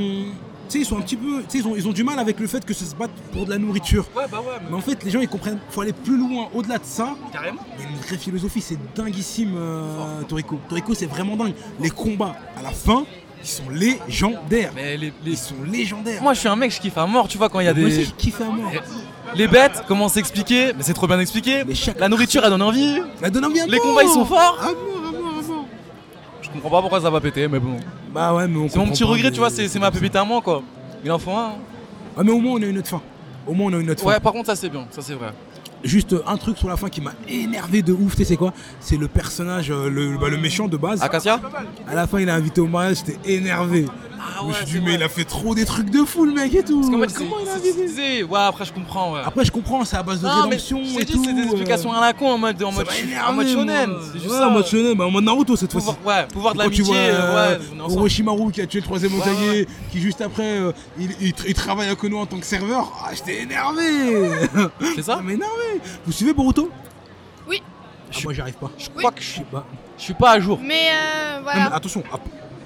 Speaker 6: Tu sais, ils sont un petit peu. Tu sais, ils ont, ils ont du mal avec le fait que ça se batte pour de la nourriture.
Speaker 3: Ouais, bah ouais,
Speaker 6: Mais en fait, les gens ils comprennent. Faut aller plus loin au-delà de ça.
Speaker 3: carrément.
Speaker 6: Il y a une vraie philosophie, c'est dinguissime euh, Toriko. Toriko, c'est vraiment dingue. Les combats à la fin, ils sont légendaires.
Speaker 3: Mais les, les-
Speaker 6: Ils sont légendaires.
Speaker 3: Moi je suis un mec, je kiffe à mort, tu vois, quand il y a des.
Speaker 6: Moi
Speaker 3: Eh.
Speaker 6: aussi, je kiffe à mort.
Speaker 3: Les bêtes, comment s'expliquer Mais c'est trop bien expliqué.
Speaker 6: Mais chaque-
Speaker 3: La nourriture elle donne envie.
Speaker 6: Mais donne envie à
Speaker 3: Les
Speaker 6: mort.
Speaker 3: combats ils sont forts.
Speaker 6: À mort, à mort, à mort.
Speaker 3: Je comprends pas pourquoi ça va péter, mais bon.
Speaker 6: Bah ouais,
Speaker 3: C'est
Speaker 6: mais on
Speaker 3: mon
Speaker 6: comprend
Speaker 3: petit
Speaker 6: pas,
Speaker 3: regret,
Speaker 6: mais-
Speaker 3: tu vois, c'est c'est ma pépite à moi quoi. Il en faut un. hein.
Speaker 6: Ah, mais au moins, on a une autre fin. Au moins, on a une autre fin.
Speaker 3: Ouais, par contre, ça c'est bien, ça c'est vrai.
Speaker 6: Juste euh, un truc sur la fin qui m'a énervé de ouf, tu sais c'est quoi C'est le personnage, euh, le, bah, le méchant de base.
Speaker 3: Acacia
Speaker 6: À la fin, il a invité au mariage, j'étais énervé.
Speaker 3: Ah
Speaker 6: Je me suis
Speaker 3: c'est
Speaker 6: dit, mais
Speaker 3: vrai.
Speaker 6: il a fait trop des trucs de fou, le mec et tout.
Speaker 3: Parce qu'en fait,
Speaker 6: Comment il a
Speaker 3: c'est-
Speaker 6: invité
Speaker 3: c'est- c'est- Ouais, après je comprends, ouais.
Speaker 6: Après, je comprends, c'est à base de
Speaker 3: Non, mais
Speaker 6: rédemption
Speaker 3: je
Speaker 6: et
Speaker 3: t'ai dit,
Speaker 6: tout.
Speaker 3: c'est des
Speaker 6: euh,
Speaker 3: explications à la con en mode, en
Speaker 6: ça
Speaker 3: mode,
Speaker 6: m'a
Speaker 3: en mode
Speaker 6: énervé, moi.
Speaker 3: shonen. C'est juste
Speaker 6: Ouais,
Speaker 3: ça.
Speaker 6: en mode shonen, bah, en mode Naruto cette fois-ci.
Speaker 3: pouvoir, ouais, pouvoir de
Speaker 6: Quand tu
Speaker 3: l'amitié.
Speaker 6: vois
Speaker 3: euh,
Speaker 6: euh,
Speaker 3: ouais, on est ensemble.
Speaker 6: Orochimaru qui a tué le troisième
Speaker 3: Ouais,
Speaker 6: Hokage,
Speaker 3: ouais,
Speaker 6: qui juste après euh, il, il tra- il travaille à Konoha en tant que serveur, ah, j'étais énervé
Speaker 3: C'est ça
Speaker 6: Ça m'a énervé Vous suivez Boruto
Speaker 4: Oui.
Speaker 6: Ah, moi j'y arrive pas.
Speaker 3: Je crois que je
Speaker 6: Je
Speaker 3: suis,
Speaker 6: sais pas.
Speaker 3: je suis pas à jour.
Speaker 4: Mais euh,
Speaker 6: Non, mais
Speaker 4: voilà.
Speaker 6: attention, app-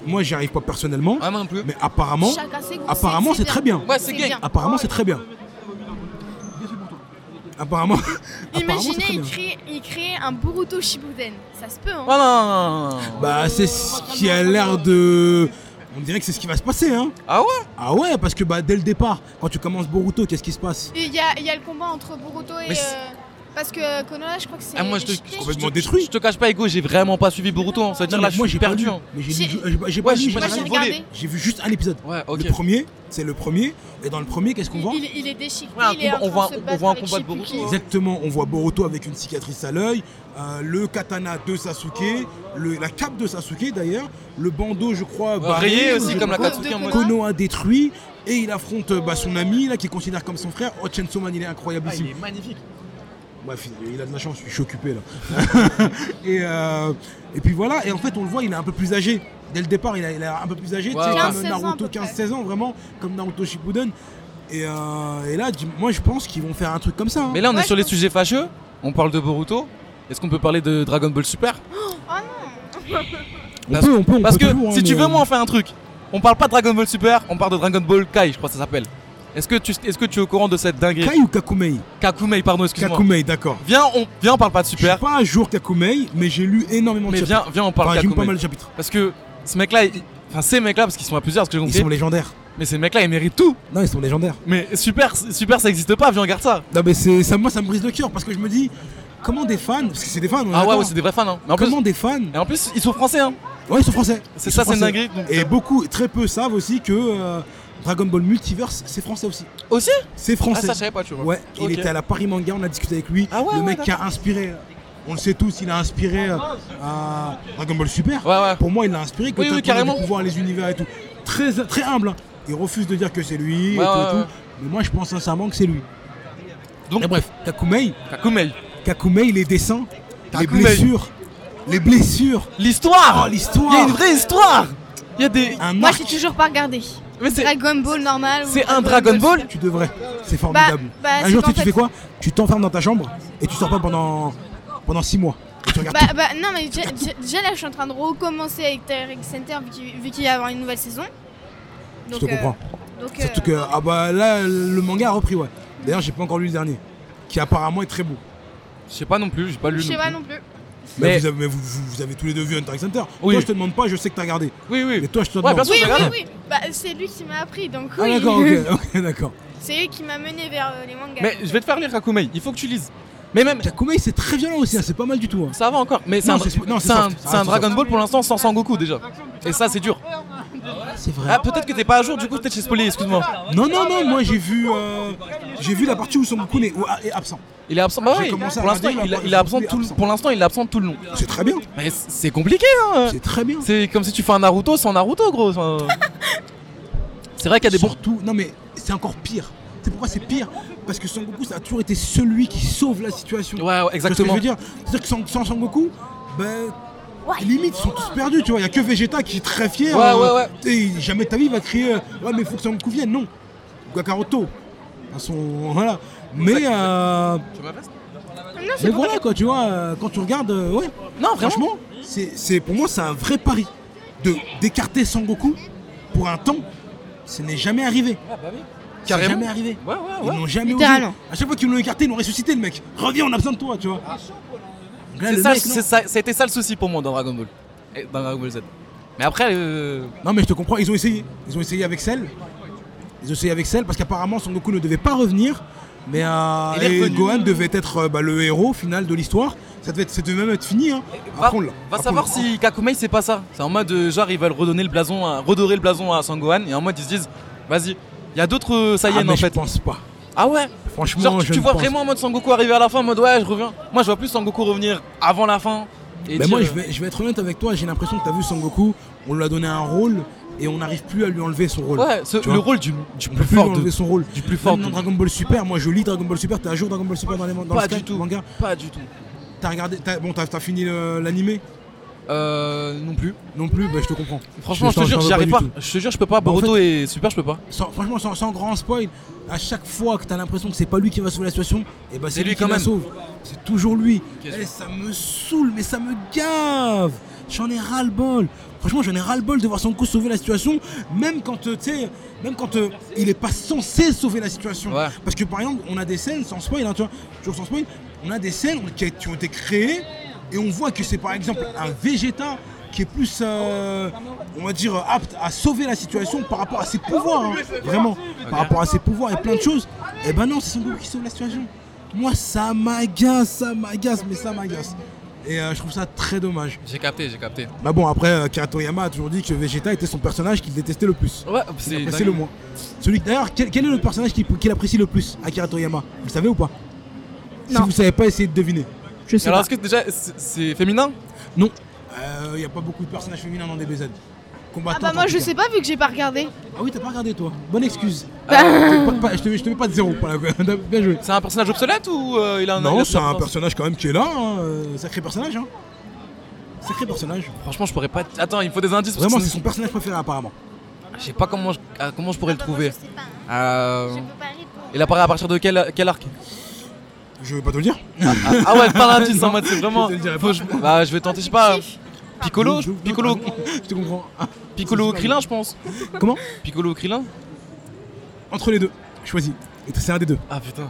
Speaker 6: moi j'y arrive pas personnellement,
Speaker 3: Ouais, moi non plus.
Speaker 6: mais apparemment,
Speaker 4: Chacun ses goûts,
Speaker 6: apparemment c'est très bien.
Speaker 3: Ouais, c'est gay.
Speaker 6: Apparemment c'est très bien. Apparemment, (laughs) apparemment c'est
Speaker 4: Imaginez,
Speaker 6: très
Speaker 4: il
Speaker 6: bien.
Speaker 4: crée, il crée un Boruto Shippuden. Ça se peut, hein.
Speaker 3: Ouais, Oh, non, non, non, non.
Speaker 6: Bah c'est ce qui a l'air de... On dirait que c'est ce qui va se passer hein
Speaker 3: Ah ouais
Speaker 6: Ah ouais parce que bah dès le départ, quand tu commences Boruto, qu'est-ce qui se passe
Speaker 4: Il y a, il y a le combat entre Boruto et.
Speaker 3: Mais c'est-
Speaker 4: euh, parce que Konoha, je crois que c'est.
Speaker 3: Ah, moi, je te-
Speaker 4: déchiqueté.
Speaker 3: je
Speaker 6: Complètement
Speaker 3: Je
Speaker 6: détruit
Speaker 3: te cache pas, Ego, j'ai vraiment pas suivi Boruto. hein. Ça veut dire
Speaker 6: Non,
Speaker 3: là,
Speaker 6: mais
Speaker 3: je
Speaker 6: moi
Speaker 3: suis
Speaker 6: j'ai pas
Speaker 3: perdu.
Speaker 6: lu.
Speaker 3: hein.
Speaker 6: Mais
Speaker 4: J'ai-
Speaker 6: j'ai lu- j'ai pas- j'ai
Speaker 3: Ouais,
Speaker 6: pas lu,
Speaker 3: j'ai
Speaker 6: j'ai
Speaker 3: pas-
Speaker 4: Moi,
Speaker 6: rien
Speaker 4: j'ai
Speaker 3: j'ai
Speaker 6: vu.
Speaker 3: volé.
Speaker 4: regardé.
Speaker 6: J'ai vu juste un épisode.
Speaker 3: Ouais, ok.
Speaker 6: Le premier, c'est le premier. Et dans le premier, qu'est-ce qu'on voit
Speaker 4: Il, il est déchiqueté.
Speaker 3: Ouais, un
Speaker 4: il est
Speaker 3: combat-
Speaker 4: en
Speaker 3: on
Speaker 4: train
Speaker 3: voit-
Speaker 4: de se
Speaker 3: on
Speaker 4: battre
Speaker 3: voit un
Speaker 4: avec
Speaker 3: combat de
Speaker 4: je sais plus
Speaker 3: Boruto,
Speaker 4: qui.
Speaker 3: hein.
Speaker 6: Exactement, on voit Boruto avec une cicatrice à l'œil, euh, le katana de Sasuke, le- la cape de Sasuke d'ailleurs, le bandeau je crois
Speaker 3: Ouais,
Speaker 6: barré,
Speaker 3: Euh, Rayé
Speaker 6: je
Speaker 3: Bah, aussi, comme la
Speaker 6: crois.
Speaker 4: crois.
Speaker 3: Katsuki en
Speaker 4: De
Speaker 3: mode.
Speaker 4: Konoha.
Speaker 6: Konoha détruit et il affronte euh, bah, son ami là qui considère comme son frère. Oh Chensoman Ah, il est incroyable ici.
Speaker 7: magnifique.
Speaker 6: Bref, Bah, il a de la chance, je suis occupé là. (laughs) et, euh, et puis voilà, et en fait on le voit, il est un peu plus âgé. Dès le départ, il a- il est un peu plus âgé, tu sais,
Speaker 4: 15-16
Speaker 6: comme
Speaker 4: ans, à
Speaker 6: Naruto,
Speaker 4: peu près.
Speaker 6: 15-16 ans vraiment, comme Naruto Shippuden. Et, euh, et là, dis- moi je pense qu'ils vont faire un truc comme ça. hein.
Speaker 3: Mais là, on est
Speaker 4: Ouais,
Speaker 3: sur
Speaker 4: je
Speaker 3: les
Speaker 4: pense-
Speaker 3: sujets fâcheux. On parle de Boruto. Est-ce qu'on peut parler de Dragon Ball Super
Speaker 6: Ah, on
Speaker 3: parce-
Speaker 6: peut, on peut, on
Speaker 3: Parce
Speaker 6: peut
Speaker 3: que
Speaker 6: toujours, hein,
Speaker 3: si tu
Speaker 6: mais-
Speaker 3: veux, moi, on fait un truc. On parle pas de Dragon Ball Super, on parle de Dragon Ball Kai, je crois que ça s'appelle. Est-ce que, tu, est-ce que tu es au courant de cette dinguerie
Speaker 6: euh, Kai ou Kakumei
Speaker 3: Kakumei, pardon, excuse-moi.
Speaker 6: Kakumei, d'accord.
Speaker 3: Viens, on, viens, on parle pas de
Speaker 6: Je suis
Speaker 3: Super.
Speaker 6: pas un jour Kakumei, mais j'ai lu énormément
Speaker 3: Mais
Speaker 6: de
Speaker 3: viens,
Speaker 6: chapitres.
Speaker 3: viens, on parle
Speaker 6: Enfin, j'ai lu
Speaker 3: Kakumei.
Speaker 6: pas mal de chapitres.
Speaker 3: Parce que ce mec-là, il- enfin ces mecs-là, parce qu'ils sont à plusieurs, parce que j'ai
Speaker 6: Ils
Speaker 3: compris.
Speaker 6: sont légendaires.
Speaker 3: Mais ces mecs-là, ils méritent tout.
Speaker 6: Non, ils sont légendaires.
Speaker 3: Mais super, super, ça existe pas. Viens, on regarde ça.
Speaker 6: Non, mais c'est ça, moi ça me brise le cœur parce que je me dis, comment des fans, parce que c'est des fans,
Speaker 3: Ah
Speaker 6: on est
Speaker 3: ouais,
Speaker 6: d'accord.
Speaker 3: ouais, c'est des vrais fans. Hein. Mais en plus,
Speaker 6: comment des fans,
Speaker 3: et en plus, ils sont français. Hein.
Speaker 6: ouais, ils sont français.
Speaker 3: C'est
Speaker 6: Ils
Speaker 3: ça,
Speaker 6: sont
Speaker 3: c'est une
Speaker 6: français.
Speaker 3: dinguerie. donc-
Speaker 6: Et beaucoup, très peu savent aussi que euh, Dragon Ball Multiverse, c'est français aussi.
Speaker 3: Aussi
Speaker 6: C'est
Speaker 3: Ah,
Speaker 6: français.
Speaker 3: ça, je savais pas, tu vois.
Speaker 6: ouais,
Speaker 3: Ok.
Speaker 6: il était à la Paris Manga, on a discuté avec lui.
Speaker 3: Ah ouais,
Speaker 6: le
Speaker 3: ouais,
Speaker 6: mec qui a inspiré, euh, on le sait tous, il a inspiré euh, à Dragon Ball Super.
Speaker 3: Ouais, ouais.
Speaker 6: Pour moi, il l'a inspiré. Que
Speaker 3: Oui,
Speaker 6: t'as-
Speaker 3: oui,
Speaker 6: t'as
Speaker 3: carrément.
Speaker 6: du pouvoir, les univers et tout. Très, très humble. hein. Il refuse de dire que c'est lui et
Speaker 3: Ouais,
Speaker 6: tout,
Speaker 3: ouais,
Speaker 6: et tout.
Speaker 3: ouais.
Speaker 6: Mais moi, je pense sincèrement que c'est lui.
Speaker 3: Donc-
Speaker 6: et bref, Kakumei,
Speaker 3: Kakumei.
Speaker 6: Kakumei, les dessins,
Speaker 3: Kakumei.
Speaker 6: les blessures, les blessures. Oh,
Speaker 3: L'histoire. Il
Speaker 6: l'histoire.
Speaker 3: y a une vraie histoire. Il y a des.
Speaker 6: Un
Speaker 4: Moi,
Speaker 6: arc,
Speaker 4: j'ai toujours pas regardé.
Speaker 3: Mais c'est.
Speaker 4: Dragon Ball normal. ou
Speaker 3: C'est un Dragon Ball
Speaker 4: Super.
Speaker 6: tu devrais. C'est
Speaker 4: Bah,
Speaker 6: formidable.
Speaker 4: bah,
Speaker 6: un
Speaker 4: c'est
Speaker 6: jour,
Speaker 4: qu'en
Speaker 6: tu, tu
Speaker 4: fait-
Speaker 6: fais quoi Tu t'enfermes dans ta chambre et tu sors pas pendant pendant 6 mois. Et tu regardes
Speaker 4: Bah, bah, non, mais déjà- déjà déjà, là, je suis en train de recommencer avec Terry Center vu qu'il vu qu'il va y avoir une nouvelle saison.
Speaker 6: tout.
Speaker 4: Donc,
Speaker 6: Je te
Speaker 4: euh,
Speaker 6: comprends.
Speaker 4: donc,
Speaker 6: Surtout
Speaker 4: euh,
Speaker 6: que ah bah là le manga a repris ouais. D'ailleurs j'ai pas encore lu le dernier, qui apparemment est très beau.
Speaker 3: Je sais pas non plus, j'ai pas lu.
Speaker 4: Je sais
Speaker 3: non
Speaker 4: pas
Speaker 3: plus.
Speaker 4: non plus.
Speaker 6: Mais,
Speaker 3: Mais-
Speaker 6: vous, avez, mais vous- vous- vous avez tous les deux vu Hunter x Hunter.
Speaker 3: Oui.
Speaker 6: Toi je te demande pas, je sais que t'as regardé.
Speaker 3: Oui,
Speaker 6: Mais
Speaker 3: oui.
Speaker 6: toi je te
Speaker 3: Ouais,
Speaker 6: demande.
Speaker 3: bien sûr,
Speaker 4: Oui,
Speaker 3: j'ai
Speaker 4: oui,
Speaker 3: regardé.
Speaker 4: oui. Bah, c'est lui qui m'a appris, donc
Speaker 6: ah
Speaker 4: oui.
Speaker 6: d'accord, ok, (laughs) ok, d'accord.
Speaker 4: (laughs) c'est lui qui m'a mené vers euh, les mangas.
Speaker 3: Mais je vais te faire lire Kakumei. Il faut que tu lises. Mais même.
Speaker 6: Kakumei c'est très violent aussi, hein, c'est pas mal du tout. hein.
Speaker 3: Ça va encore, mais c'est
Speaker 6: Non,
Speaker 3: un,
Speaker 6: c'est- non, c'est
Speaker 3: c'est un-
Speaker 6: soft.
Speaker 3: c'est Ah. un
Speaker 6: Ah, c'est
Speaker 3: Dragon
Speaker 6: soft.
Speaker 3: Ball pour l'instant sans Sangoku déjà. Et ça, c'est dur.
Speaker 6: C'est vrai.
Speaker 3: Ah, peut-être que t'es pas à jour, du coup, peut-être chez Spoli, excuse-moi.
Speaker 6: Non non non, moi j'ai vu euh, j'ai vu la partie où Son Goku n'est- où- ah, est absent.
Speaker 3: Il est absent, bah
Speaker 6: J'ai
Speaker 3: ouais,
Speaker 6: commencé à
Speaker 3: pour l'instant,
Speaker 6: regarder,
Speaker 3: il,
Speaker 6: là,
Speaker 3: il est absent
Speaker 6: il est
Speaker 3: tout le-
Speaker 6: absent.
Speaker 3: pour l'instant, il est absent tout le long.
Speaker 6: C'est très bien,
Speaker 3: Mais c- c'est compliqué, hein
Speaker 6: c'est très bien.
Speaker 3: C'est comme si tu fais un Naruto sans Naruto, gros. enfin. (laughs) C'est vrai qu'il y a des bons.
Speaker 6: Surtout, non mais c'est encore pire. C'est pourquoi c'est pire Parce que Son Goku ça a toujours été celui qui sauve la situation.
Speaker 3: Ouais, ouais,
Speaker 6: Tu vois ce que
Speaker 3: exactement.
Speaker 6: je veux dire C'est-à-dire que sans, sans Son Goku, ben, Et limite, ils sont tous perdus, tu vois. Il n'y a que Vegeta qui est très fier.
Speaker 3: Ouais, ouais, ouais.
Speaker 6: t'sais, jamais de ta vie, il va crier euh, Ouais, mais il faut que Sangoku vienne. Non. Gakaroto. À son. (laughs) Voilà. Mais. euh,
Speaker 3: Tu veux ma veste
Speaker 6: mais voilà, quoi, tu vois, euh, quand tu regardes. euh, ouais.
Speaker 3: Non, vraiment.
Speaker 6: Franchement, c'est c'est- pour moi, c'est un vrai pari de d'écarter Sangoku pour un temps. Ce n'est jamais arrivé.
Speaker 3: Ah, bah oui.
Speaker 6: C'est
Speaker 3: Carrément.
Speaker 6: jamais arrivé.
Speaker 3: Ouais, ouais,
Speaker 6: Ils
Speaker 3: ouais.
Speaker 6: n'ont jamais osé.
Speaker 4: Littéralement.
Speaker 6: À chaque fois qu'ils l'ont écarté, ils l'ont ressuscité, le mec. Reviens, on a besoin de toi, tu vois.
Speaker 3: Ah,
Speaker 6: Donc là,
Speaker 3: C'est
Speaker 6: le
Speaker 3: ça,
Speaker 6: mec, non.
Speaker 3: c'est ça, ça a été ça le souci pour moi dans Dragon Ball. Et dans Dragon Ball Z. Mais après, euh,
Speaker 6: Non mais je te comprends, ils ont essayé. Ils ont essayé avec Cell. Ils ont essayé avec Cell parce qu'apparemment Son Goku ne devait pas revenir. Mais euh,
Speaker 3: Il est
Speaker 6: et
Speaker 3: revenu.
Speaker 6: Gohan devait être euh, bah, le héros final de l'histoire. Ça devait, être- ça devait même être fini. Hein.
Speaker 3: va,
Speaker 6: Après, on l'a-
Speaker 3: va
Speaker 6: après, on
Speaker 3: savoir
Speaker 6: l'a-
Speaker 3: si Kakumei c'est pas ça. C'est en mode euh, genre ils veulent redonner le blason, à, redorer le blason à Sangohan et en mode ils se disent vas-y, il y a d'autres euh,
Speaker 6: Ah,
Speaker 3: Saiyans
Speaker 6: mais
Speaker 3: en
Speaker 6: je
Speaker 3: fait.
Speaker 6: pense pas.
Speaker 3: Ah ouais.
Speaker 6: Franchement,
Speaker 3: Genre tu,
Speaker 6: je
Speaker 3: tu
Speaker 6: ne
Speaker 3: vois
Speaker 6: pense
Speaker 3: vraiment en mode Sangoku arriver à la fin en mode ouais je reviens. Moi je vois plus Sangoku revenir avant la fin. Et
Speaker 6: Mais
Speaker 3: dire,
Speaker 6: moi, je
Speaker 3: euh,
Speaker 6: vais, je vais être honnête avec toi. J'ai l'impression que t'as vu Son Goku. On lui a donné un rôle et on n'arrive plus à lui enlever son rôle.
Speaker 3: euh, Ouais, ce-
Speaker 6: Tu
Speaker 3: le
Speaker 6: vois.
Speaker 3: rôle du, du
Speaker 6: On peut
Speaker 3: plus
Speaker 6: plus
Speaker 3: fort
Speaker 6: lui enlever
Speaker 3: de.
Speaker 6: son rôle.
Speaker 3: Du plus fort
Speaker 6: Même dans
Speaker 3: de.
Speaker 6: Dragon Ball Super, moi je lis Dragon Ball Super. T'es à jour Dragon Ball Super dans les man- dans
Speaker 3: Pas
Speaker 6: le
Speaker 3: du
Speaker 6: scan-
Speaker 3: tout.
Speaker 6: manga.
Speaker 3: Pas du tout.
Speaker 6: T'as regardé, t'as- bon, t'as t'as fini le- l'animé
Speaker 3: Euh, non plus.
Speaker 6: non plus. Bah, je te comprends.
Speaker 3: Franchement, je te
Speaker 6: t'en-
Speaker 3: jure,
Speaker 6: t'en veux
Speaker 3: j'y arrive
Speaker 6: du
Speaker 3: pas.
Speaker 6: tout.
Speaker 3: Je te jure, je peux pas.
Speaker 6: Bah, en
Speaker 3: Boruto et Super, je peux pas.
Speaker 6: Sans- franchement, sans, sans grand spoil, à chaque fois que t'as l'impression que c'est pas lui qui va sauver la situation, et ben
Speaker 3: C'est
Speaker 6: c'est
Speaker 3: lui
Speaker 6: lui, qui
Speaker 3: quand
Speaker 6: la
Speaker 3: même.
Speaker 6: sauve. C'est toujours lui.
Speaker 3: Qu'est-ce
Speaker 6: Eh, ça me saoule, mais ça me gave. J'en ai ras le bol. Franchement, j'en ai ras le bol de voir son coup sauver la situation, même quand euh, tu sais, même quand euh, il est pas censé sauver la situation.
Speaker 3: Ouais.
Speaker 6: Parce que par exemple, on a des scènes sans spoil, hein, tu vois, toujours sans spoil, on a des scènes qui, qui ont été créées et on voit que c'est par exemple un Vegeta qui est plus, euh, on va dire, apte à sauver la situation par rapport à ses pouvoirs, hein, vraiment, par rapport à ses pouvoirs et plein de choses. Et ben non, c'est son Goku qui sauve la situation. Moi, ça m'agace, ça m'agace, mais ça m'agace. Et euh, je trouve ça très dommage.
Speaker 3: J'ai capté, j'ai capté.
Speaker 6: Bah bon, après, euh, Akira Toriyama a toujours dit que Vegeta était son personnage qu'il détestait le plus.
Speaker 3: Ouais,
Speaker 6: Il
Speaker 3: Oh, c'est.
Speaker 6: appréciait le moins. Celui d'ailleurs, quel, quel est le personnage qu'il qu'il apprécie le plus, Akira Toriyama Vous le savez ou pas Si
Speaker 4: Non.
Speaker 6: vous savez pas, essayez de deviner.
Speaker 4: Je sais
Speaker 3: Alors,
Speaker 4: pas.
Speaker 3: est-ce que déjà, c'est- c'est féminin
Speaker 6: Non. Il n'y Euh, a pas beaucoup de personnages féminins dans DBZ. Combattant.
Speaker 4: Ah bah moi je sais pas vu que j'ai pas regardé.
Speaker 6: Ah oui, t'as pas regardé toi. Bonne excuse.
Speaker 4: Bah,
Speaker 6: Je te mets pas- je, te, mets- je te mets pas de zéro. pour la- (laughs) Bien joué.
Speaker 3: C'est un personnage obsolète ou euh, il a un. il
Speaker 6: Non,
Speaker 3: a
Speaker 6: c'est un
Speaker 3: de-
Speaker 6: personnage quand même qui est là. hein, euh, Sacré personnage. Hein. Sacré personnage.
Speaker 3: Franchement, je pourrais pas. Attends, il me faut des indices. parce
Speaker 6: Vraiment,
Speaker 3: que
Speaker 6: c'est son personnage préféré apparemment.
Speaker 3: Je sais pas comment je, ah, comment je pourrais le trouver.
Speaker 8: Je sais pas, hein.
Speaker 3: Euh,
Speaker 8: Je peux pas répondre.
Speaker 3: Il apparaît à partir de quel, quel arc
Speaker 6: Je vais pas te le dire.
Speaker 3: ah, ah ouais, pas l'indice en mode c'est vraiment.
Speaker 6: Je te le dirai
Speaker 3: faut
Speaker 6: pas.
Speaker 3: que je- bah, je vais tenter, je sais pas.
Speaker 8: Oh,
Speaker 3: Piccolo
Speaker 6: Je- je-
Speaker 3: Piccolo,
Speaker 6: Je te comprends. Ah,
Speaker 3: Piccolo ou Krillin, je pense.
Speaker 6: Comment
Speaker 3: Piccolo ou Krillin
Speaker 6: Entre les deux, choisis. C'est un des deux.
Speaker 3: Ah putain.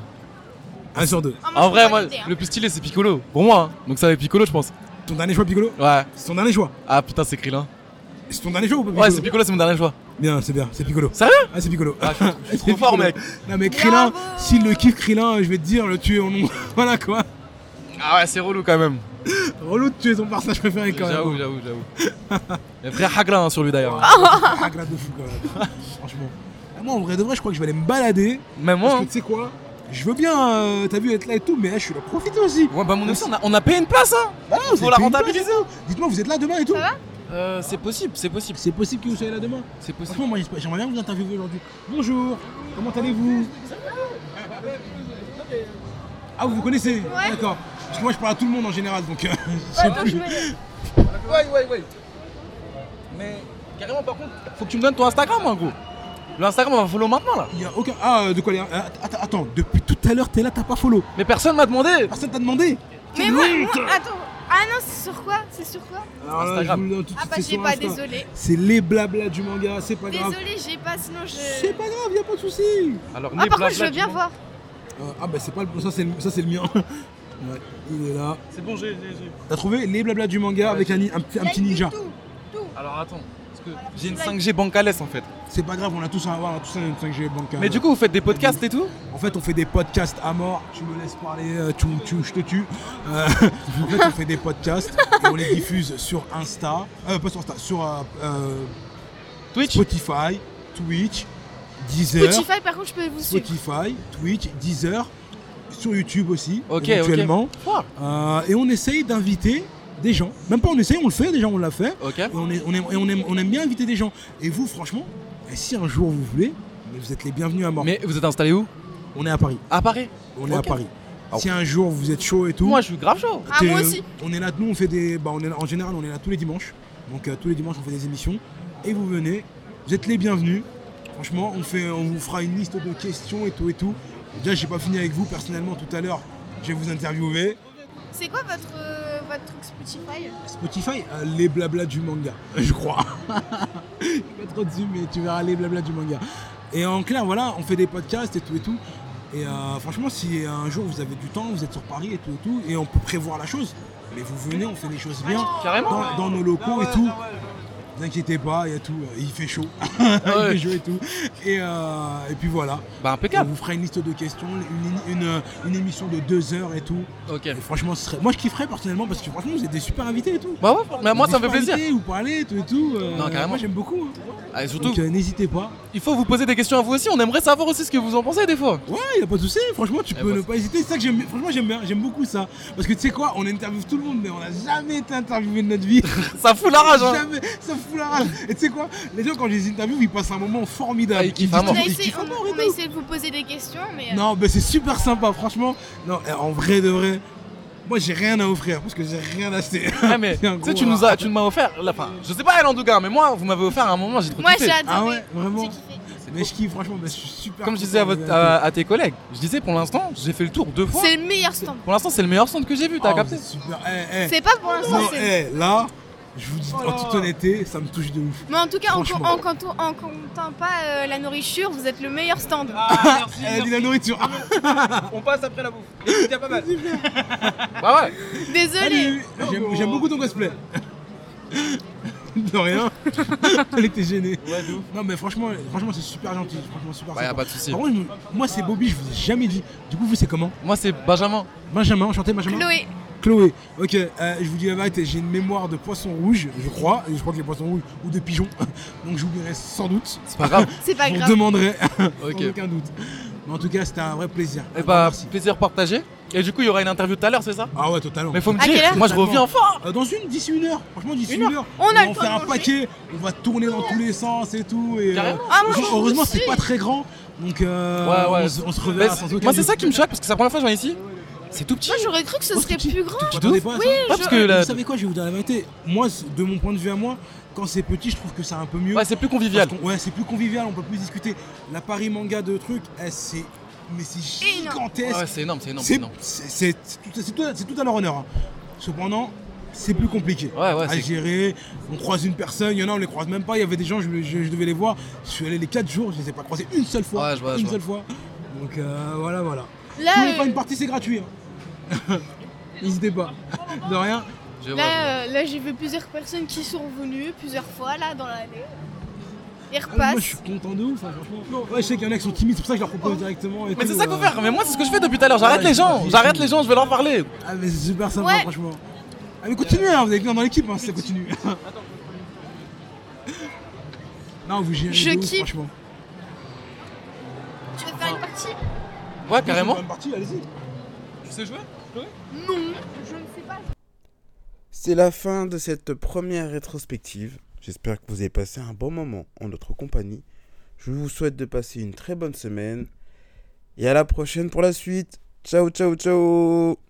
Speaker 6: Un sur deux.
Speaker 3: En vrai, moi, le plus stylé c'est Piccolo. Pour moi, hein. donc ça va être Piccolo, je pense.
Speaker 6: Ton dernier choix, Piccolo
Speaker 3: Ouais.
Speaker 6: C'est ton dernier choix.
Speaker 3: Ah putain, c'est Krillin.
Speaker 6: C'est ton dernier choix ou pas
Speaker 3: Ouais, c'est Piccolo, c'est mon dernier choix.
Speaker 6: Bien, c'est bien, c'est Piccolo.
Speaker 3: Sérieux
Speaker 6: Ah, c'est Piccolo.
Speaker 3: Ah, je suis- je suis
Speaker 6: (laughs) C'est
Speaker 3: trop fort,
Speaker 6: Piccolo.
Speaker 3: mec.
Speaker 6: Non, mais Krillin, s'il le kiffe, Krillin, je vais te dire, le tuer au nom. (laughs) voilà quoi.
Speaker 3: Ah ouais, c'est relou quand même.
Speaker 6: Relou de tuer son personnage préféré quand même.
Speaker 3: J'avoue, j'avoue, j'avoue. (laughs) Il y a un vrai haglin hein, sur lui d'ailleurs.
Speaker 6: Ah, grave de fou quand même. Franchement. Ah, Moi, en vrai de vrai, je crois que je vais aller me balader.
Speaker 3: Même moi.
Speaker 6: Parce
Speaker 3: hein.
Speaker 6: que tu sais quoi Je veux bien, euh, t'as vu, être là et tout, mais là, je suis là, profitez aussi.
Speaker 3: Ouais, bah, mon aussi, on a, on a payé une place, hein.
Speaker 6: Bah, non, vous
Speaker 3: Faut
Speaker 6: êtes
Speaker 3: la
Speaker 6: payés pas,
Speaker 3: rentabiliser.
Speaker 6: c'est ça. Dites-moi, vous êtes là demain et tout
Speaker 4: Ça va
Speaker 3: Euh, c'est possible, c'est possible,
Speaker 6: C'est possible que vous soyez là demain
Speaker 3: c'est possible.
Speaker 6: Franchement, moi, j'espère- j'aimerais bien vous interviewer aujourd'hui. Bonjour, comment allez-vous Ah, vous vous connaissez Ah, D'accord. Parce que moi, je parle à tout le monde en général, donc. euh, (laughs) je sais plus.
Speaker 3: Ouais, ouais, ouais. Mais carrément, par contre, faut que tu me donnes ton Instagram, en gros. Le Instagram, on va follow maintenant là.
Speaker 6: Il y a aucun. Ah, euh, de quoi les. Ah, Attends, attends, depuis tout à l'heure, t'es là, t'as pas follow.
Speaker 3: Mais personne m'a demandé.
Speaker 6: Personne t'a demandé
Speaker 8: hein.
Speaker 4: Mais moi, moi- attends. Ah non, c'est sur quoi C'est sur quoi
Speaker 6: Alors là,
Speaker 3: Instagram.
Speaker 6: je vous le donne tout de
Speaker 4: Ah
Speaker 6: suite,
Speaker 4: bah
Speaker 6: c'est
Speaker 4: j'ai
Speaker 6: sur
Speaker 4: pas,
Speaker 6: Insta.
Speaker 4: désolé.
Speaker 6: C'est les blabla du manga, c'est pas grave.
Speaker 4: Désolé, j'ai pas, sinon je.
Speaker 6: C'est pas grave, y a pas de soucis.
Speaker 3: Alors,
Speaker 4: Ah par contre, je veux bien voir.
Speaker 6: Euh, ah, bah, c'est pas le. Ça, c'est le, ça, c'est le mien. (laughs) Ouais, il est là.
Speaker 3: C'est bon, j'ai.
Speaker 6: T'as trouvé les blabla du manga avec un, ni- un petit- un petit ninja.
Speaker 3: Alors attends, parce que j'ai une 5G bancaless en fait.
Speaker 6: C'est pas grave, on a tous un, on a tous un 5G bancaire.
Speaker 3: Mais du coup, vous faites des podcasts et tout
Speaker 6: en fait, on fait des podcasts à mort. Tu me laisses parler, euh, tu, tu- je te tue. Euh, (laughs) en fait, on fait des podcasts et on les diffuse sur Insta, euh, pas sur Insta, sur euh, euh,
Speaker 3: Twitch
Speaker 6: Spotify, Twitch, Deezer,
Speaker 4: Spotify, par contre, je peux vous suivre.
Speaker 6: Spotify, Twitch, Deezer, sur YouTube aussi,
Speaker 3: Ok, ok.
Speaker 6: éventuellement.
Speaker 3: Fort.
Speaker 6: Euh, et on essaye d'inviter des gens. Même pas on essaye, on le fait déjà, on l'a fait.
Speaker 3: Ok.
Speaker 6: Et on, est- on aime, et on aime- on aime bien inviter des gens. Et vous, franchement, eh, si un jour vous voulez, mais vous êtes les bienvenus à mort.
Speaker 3: Mais vous êtes installé où
Speaker 6: On est à Paris.
Speaker 3: À Paris
Speaker 6: On est
Speaker 3: Ok. Ah,
Speaker 6: à Paris. Si un jour vous êtes chaud et tout.
Speaker 3: Moi, je suis grave chaud.
Speaker 4: Ah, moi
Speaker 6: t'es-
Speaker 4: aussi.
Speaker 6: On est là, nous on fait des. Bah, on est là- en général, on est là tous les dimanches. Donc euh, tous les dimanches, on fait des émissions. Et vous venez, vous êtes les bienvenus. Franchement, on, fait, on vous fera une liste de questions et tout et tout. Déjà, j'ai pas fini avec vous personnellement tout à l'heure. Je vais vous interviewer.
Speaker 4: C'est quoi votre, euh, votre truc Spotify
Speaker 6: Spotify, euh, les blabla du manga, (laughs) je crois. je suis pas trop dessus, mais tu verras les blabla du manga. Et en clair, voilà, on fait des podcasts et tout et tout. Et euh, franchement, si un jour vous avez du temps, vous êtes sur Paris et tout et tout, et on peut prévoir la chose. Mais vous venez, on fait des choses bien
Speaker 3: Carrément.
Speaker 6: dans, dans nos locaux et tout. Ne vous inquiétez pas, il y a tout. euh, Il fait chaud. (laughs) il fait chaud et tout. Et, euh, et puis voilà.
Speaker 3: Bah,
Speaker 6: On
Speaker 3: impeccable.
Speaker 6: vous fera une liste de questions, une, une- une émission de deux heures et tout.
Speaker 3: Ok.
Speaker 6: Et franchement, ce serait... moi je kifferais personnellement parce que franchement, vous êtes des super invités et tout.
Speaker 3: Bah, ouais, mais moi, ça me fait plaisir.
Speaker 6: Vous parlez, tout et tout. euh,
Speaker 3: Non, carrément.
Speaker 6: Moi j'aime beaucoup. hein.
Speaker 3: Ah, et surtout,
Speaker 6: Donc euh, n'hésitez pas.
Speaker 3: il faut vous poser des questions à vous aussi. On aimerait savoir aussi ce que vous en pensez des fois. (laughs)
Speaker 6: Ouais, y a pas de souci. Franchement, tu
Speaker 3: Y a
Speaker 6: peux
Speaker 3: pas
Speaker 6: ne
Speaker 3: de-
Speaker 6: pas hésiter. C'est ça que j'aime. Franchement, j'aime bien. J'aime beaucoup ça. Parce que tu sais quoi, on interviewe tout le monde, mais on n'a jamais été interviewé de notre vie.
Speaker 3: Ça fout la rage. Hein.
Speaker 6: jamais. Ça fout la rage. Et tu sais quoi, les gens quand je les interviewe, ils passent un moment formidable.
Speaker 3: Ah, ils kiffent
Speaker 6: disent
Speaker 3: à
Speaker 6: tout,
Speaker 3: mort.
Speaker 4: on a,
Speaker 6: ils
Speaker 4: essayé,
Speaker 6: kiffent à
Speaker 4: on,
Speaker 6: mort et
Speaker 4: on a
Speaker 6: tout.
Speaker 4: essayé de vous poser des questions, mais. euh,
Speaker 6: Non, mais c'est super sympa, franchement. Non, eh, en vrai de vrai, moi j'ai rien à offrir parce que j'ai rien acheté.
Speaker 3: Ah,
Speaker 6: (laughs)
Speaker 3: mais
Speaker 6: C'est un
Speaker 3: tu sais,
Speaker 6: gros
Speaker 3: tu nous
Speaker 6: rat.
Speaker 3: as, tu m'as offert. là, Enfin, je sais pas elle en tout cas, mais moi, vous m'avez offert à un moment, j'ai trop
Speaker 4: Moi
Speaker 3: kiffé.
Speaker 4: j'ai adoré.
Speaker 6: Ah ouais, vraiment.
Speaker 4: J'ai kiffé.
Speaker 6: Mais je kiffe, franchement, mais je suis super.
Speaker 3: Comme je
Speaker 6: content
Speaker 3: disais à,
Speaker 6: de
Speaker 3: votre-
Speaker 6: vous avoir
Speaker 3: à- à tes collègues, je disais pour l'instant, j'ai fait le tour deux fois.
Speaker 4: C'est le meilleur stand.
Speaker 3: Pour l'instant, c'est le meilleur centre que j'ai vu. T'as
Speaker 6: Ah,
Speaker 3: capté
Speaker 6: vous êtes Super. Eh, eh.
Speaker 4: C'est pas pour l'instant,
Speaker 6: Non,
Speaker 4: c'est. Oh
Speaker 6: eh, là, je vous dis en toute honnêteté, ça me touche de ouf.
Speaker 4: Mais en tout cas, en,
Speaker 6: Franchement.
Speaker 4: en, canto- en comptant pas euh, la nourriture, vous êtes le meilleur stand.
Speaker 6: Ah. (laughs) Elle dit Eh, la nourriture. Ah,
Speaker 7: On passe après la bouffe. Et c'était pas mal.
Speaker 3: Bah ouais.
Speaker 4: Désolé.
Speaker 6: salut. J'aime j'aime beaucoup ton cosplay. (laughs)
Speaker 3: (laughs)
Speaker 6: De rien. Elle était gênée. Non, mais franchement, franchement c'est super gentil. Franchement, super
Speaker 3: Bah, y a
Speaker 6: sympa.
Speaker 3: pas de soucis.
Speaker 6: Par contre, je- moi, c'est Bobby, je vous ai jamais dit. Du coup, vous, c'est comment
Speaker 3: Moi, c'est Benjamin.
Speaker 6: Benjamin, enchanté, Benjamin.
Speaker 4: Chloé,
Speaker 6: Chloé, ok, euh, je vous dis la vérité, j'ai une mémoire de poisson rouge, je crois, et je crois que les poissons rouges ou de pigeons, (laughs) donc j'oublierai sans doute.
Speaker 3: C'est pas
Speaker 6: (laughs)
Speaker 3: grave.
Speaker 4: c'est pas
Speaker 6: je vous
Speaker 4: grave.
Speaker 6: demanderai, (laughs)
Speaker 3: Ok.
Speaker 6: sans aucun doute. Mais en tout cas, c'était un vrai plaisir.
Speaker 3: Et bah,
Speaker 6: Merci.
Speaker 3: plaisir partagé. Et du coup, il y aura une interview tout à l'heure, c'est ça
Speaker 6: Ah ouais, totalement.
Speaker 3: Mais faut me
Speaker 4: À quelle
Speaker 3: dire,
Speaker 4: heure
Speaker 3: moi je reviens fort.
Speaker 6: Euh, dans une, d'ici une heure, franchement, d'ici
Speaker 4: Une
Speaker 6: une,
Speaker 4: heure.
Speaker 6: heure,
Speaker 4: On a
Speaker 6: va
Speaker 4: le
Speaker 6: en
Speaker 4: temps
Speaker 6: faire
Speaker 4: de manger.
Speaker 6: un paquet, on va tourner dans tous les sens et tout. Et, euh,
Speaker 3: Carrément.
Speaker 4: Ah, moi, je
Speaker 6: heureusement, heureusement,
Speaker 4: suis.
Speaker 6: c'est pas très grand, donc euh,
Speaker 3: Ouais, ouais.
Speaker 6: On, se, on se
Speaker 3: Mais
Speaker 6: reverra
Speaker 3: c'est-
Speaker 6: sans aucun
Speaker 3: moi, c'est
Speaker 6: doute.
Speaker 3: ça qui me choque parce que c'est la première fois que je viens ici. C'est tout petit.
Speaker 4: Moi j'aurais cru que ce
Speaker 6: Oh,
Speaker 4: serait
Speaker 6: c'est
Speaker 4: plus grand.
Speaker 6: Vous
Speaker 3: de
Speaker 6: attendez
Speaker 3: ouf.
Speaker 6: pas à
Speaker 4: Oui,
Speaker 6: ça
Speaker 3: Pas parce que la-
Speaker 6: Vous savez quoi, je vais vous dire la vérité. Moi, c- de mon point de vue à moi, quand c'est petit, je trouve que c'est un peu mieux.
Speaker 3: Ouais, c'est plus
Speaker 6: Parce
Speaker 3: convivial.
Speaker 6: qu'on- Ouais, c'est plus convivial, on peut plus discuter. La Paris manga de trucs, eh, c'est. Mais c'est
Speaker 4: Énorme.
Speaker 6: gigantesque.
Speaker 3: Ouais, c'est énorme, c'est énorme, c'est
Speaker 6: c'est,
Speaker 3: énorme.
Speaker 6: c'est, c'est- c'est tout, c'est tout à- c'est tout à leur honneur. hein. Cependant, c'est plus compliqué
Speaker 3: Ouais, ouais,
Speaker 6: à
Speaker 3: c'est.
Speaker 6: gérer. On croise une personne, il y en a, on les croise même pas. Il y avait des gens, je, je- je devais les voir. Je suis allé les 4 jours, je les ai pas croisés une seule fois.
Speaker 3: Ouais, je vois, je
Speaker 6: une
Speaker 3: vois.
Speaker 6: seule fois. Donc euh, voilà, voilà. Si vous
Speaker 4: Là,
Speaker 6: voulez faire
Speaker 4: euh,
Speaker 6: une partie, c'est gratuit. hein. (laughs) N'hésitez pas. De rien.
Speaker 3: Je vois, je vois.
Speaker 4: là, euh, là, j'ai vu plusieurs personnes qui sont revenues plusieurs fois là dans l'année. Ils
Speaker 6: Ah, mais moi, je
Speaker 4: repassent.
Speaker 6: suis content de ouf, hein, franchement. Ouais, je sais qu'il y en a qui sont timides, c'est pour ça que je leur propose directement. et
Speaker 3: Mais
Speaker 6: tout,
Speaker 3: c'est ça qu'on
Speaker 6: euh.
Speaker 3: fait. Mais moi, c'est ce que je fais depuis tout à l'heure. J'arrête
Speaker 6: Ah, Ouais,
Speaker 3: les gens.
Speaker 6: j'ai-
Speaker 3: J'arrête les gens. Je vais leur parler.
Speaker 6: Ah mais c'est super sympa
Speaker 4: Ouais.
Speaker 6: franchement. Ah mais continuez hein, vous avez bien dans l'équipe hein, si ça continue. non vous gérez
Speaker 4: Je
Speaker 6: de ouf,
Speaker 4: kiffe.
Speaker 6: franchement.
Speaker 4: Tu veux faire une partie
Speaker 3: Ouais, carrément.
Speaker 6: C'est une bonne partie, allez-y.
Speaker 3: Tu sais jouer
Speaker 4: Non, je ne sais pas.
Speaker 1: C'est la fin de cette première rétrospective. J'espère que vous avez passé un bon moment en notre compagnie. Je vous souhaite de passer une très bonne semaine. Et à la prochaine pour la suite. Ciao, ciao, ciao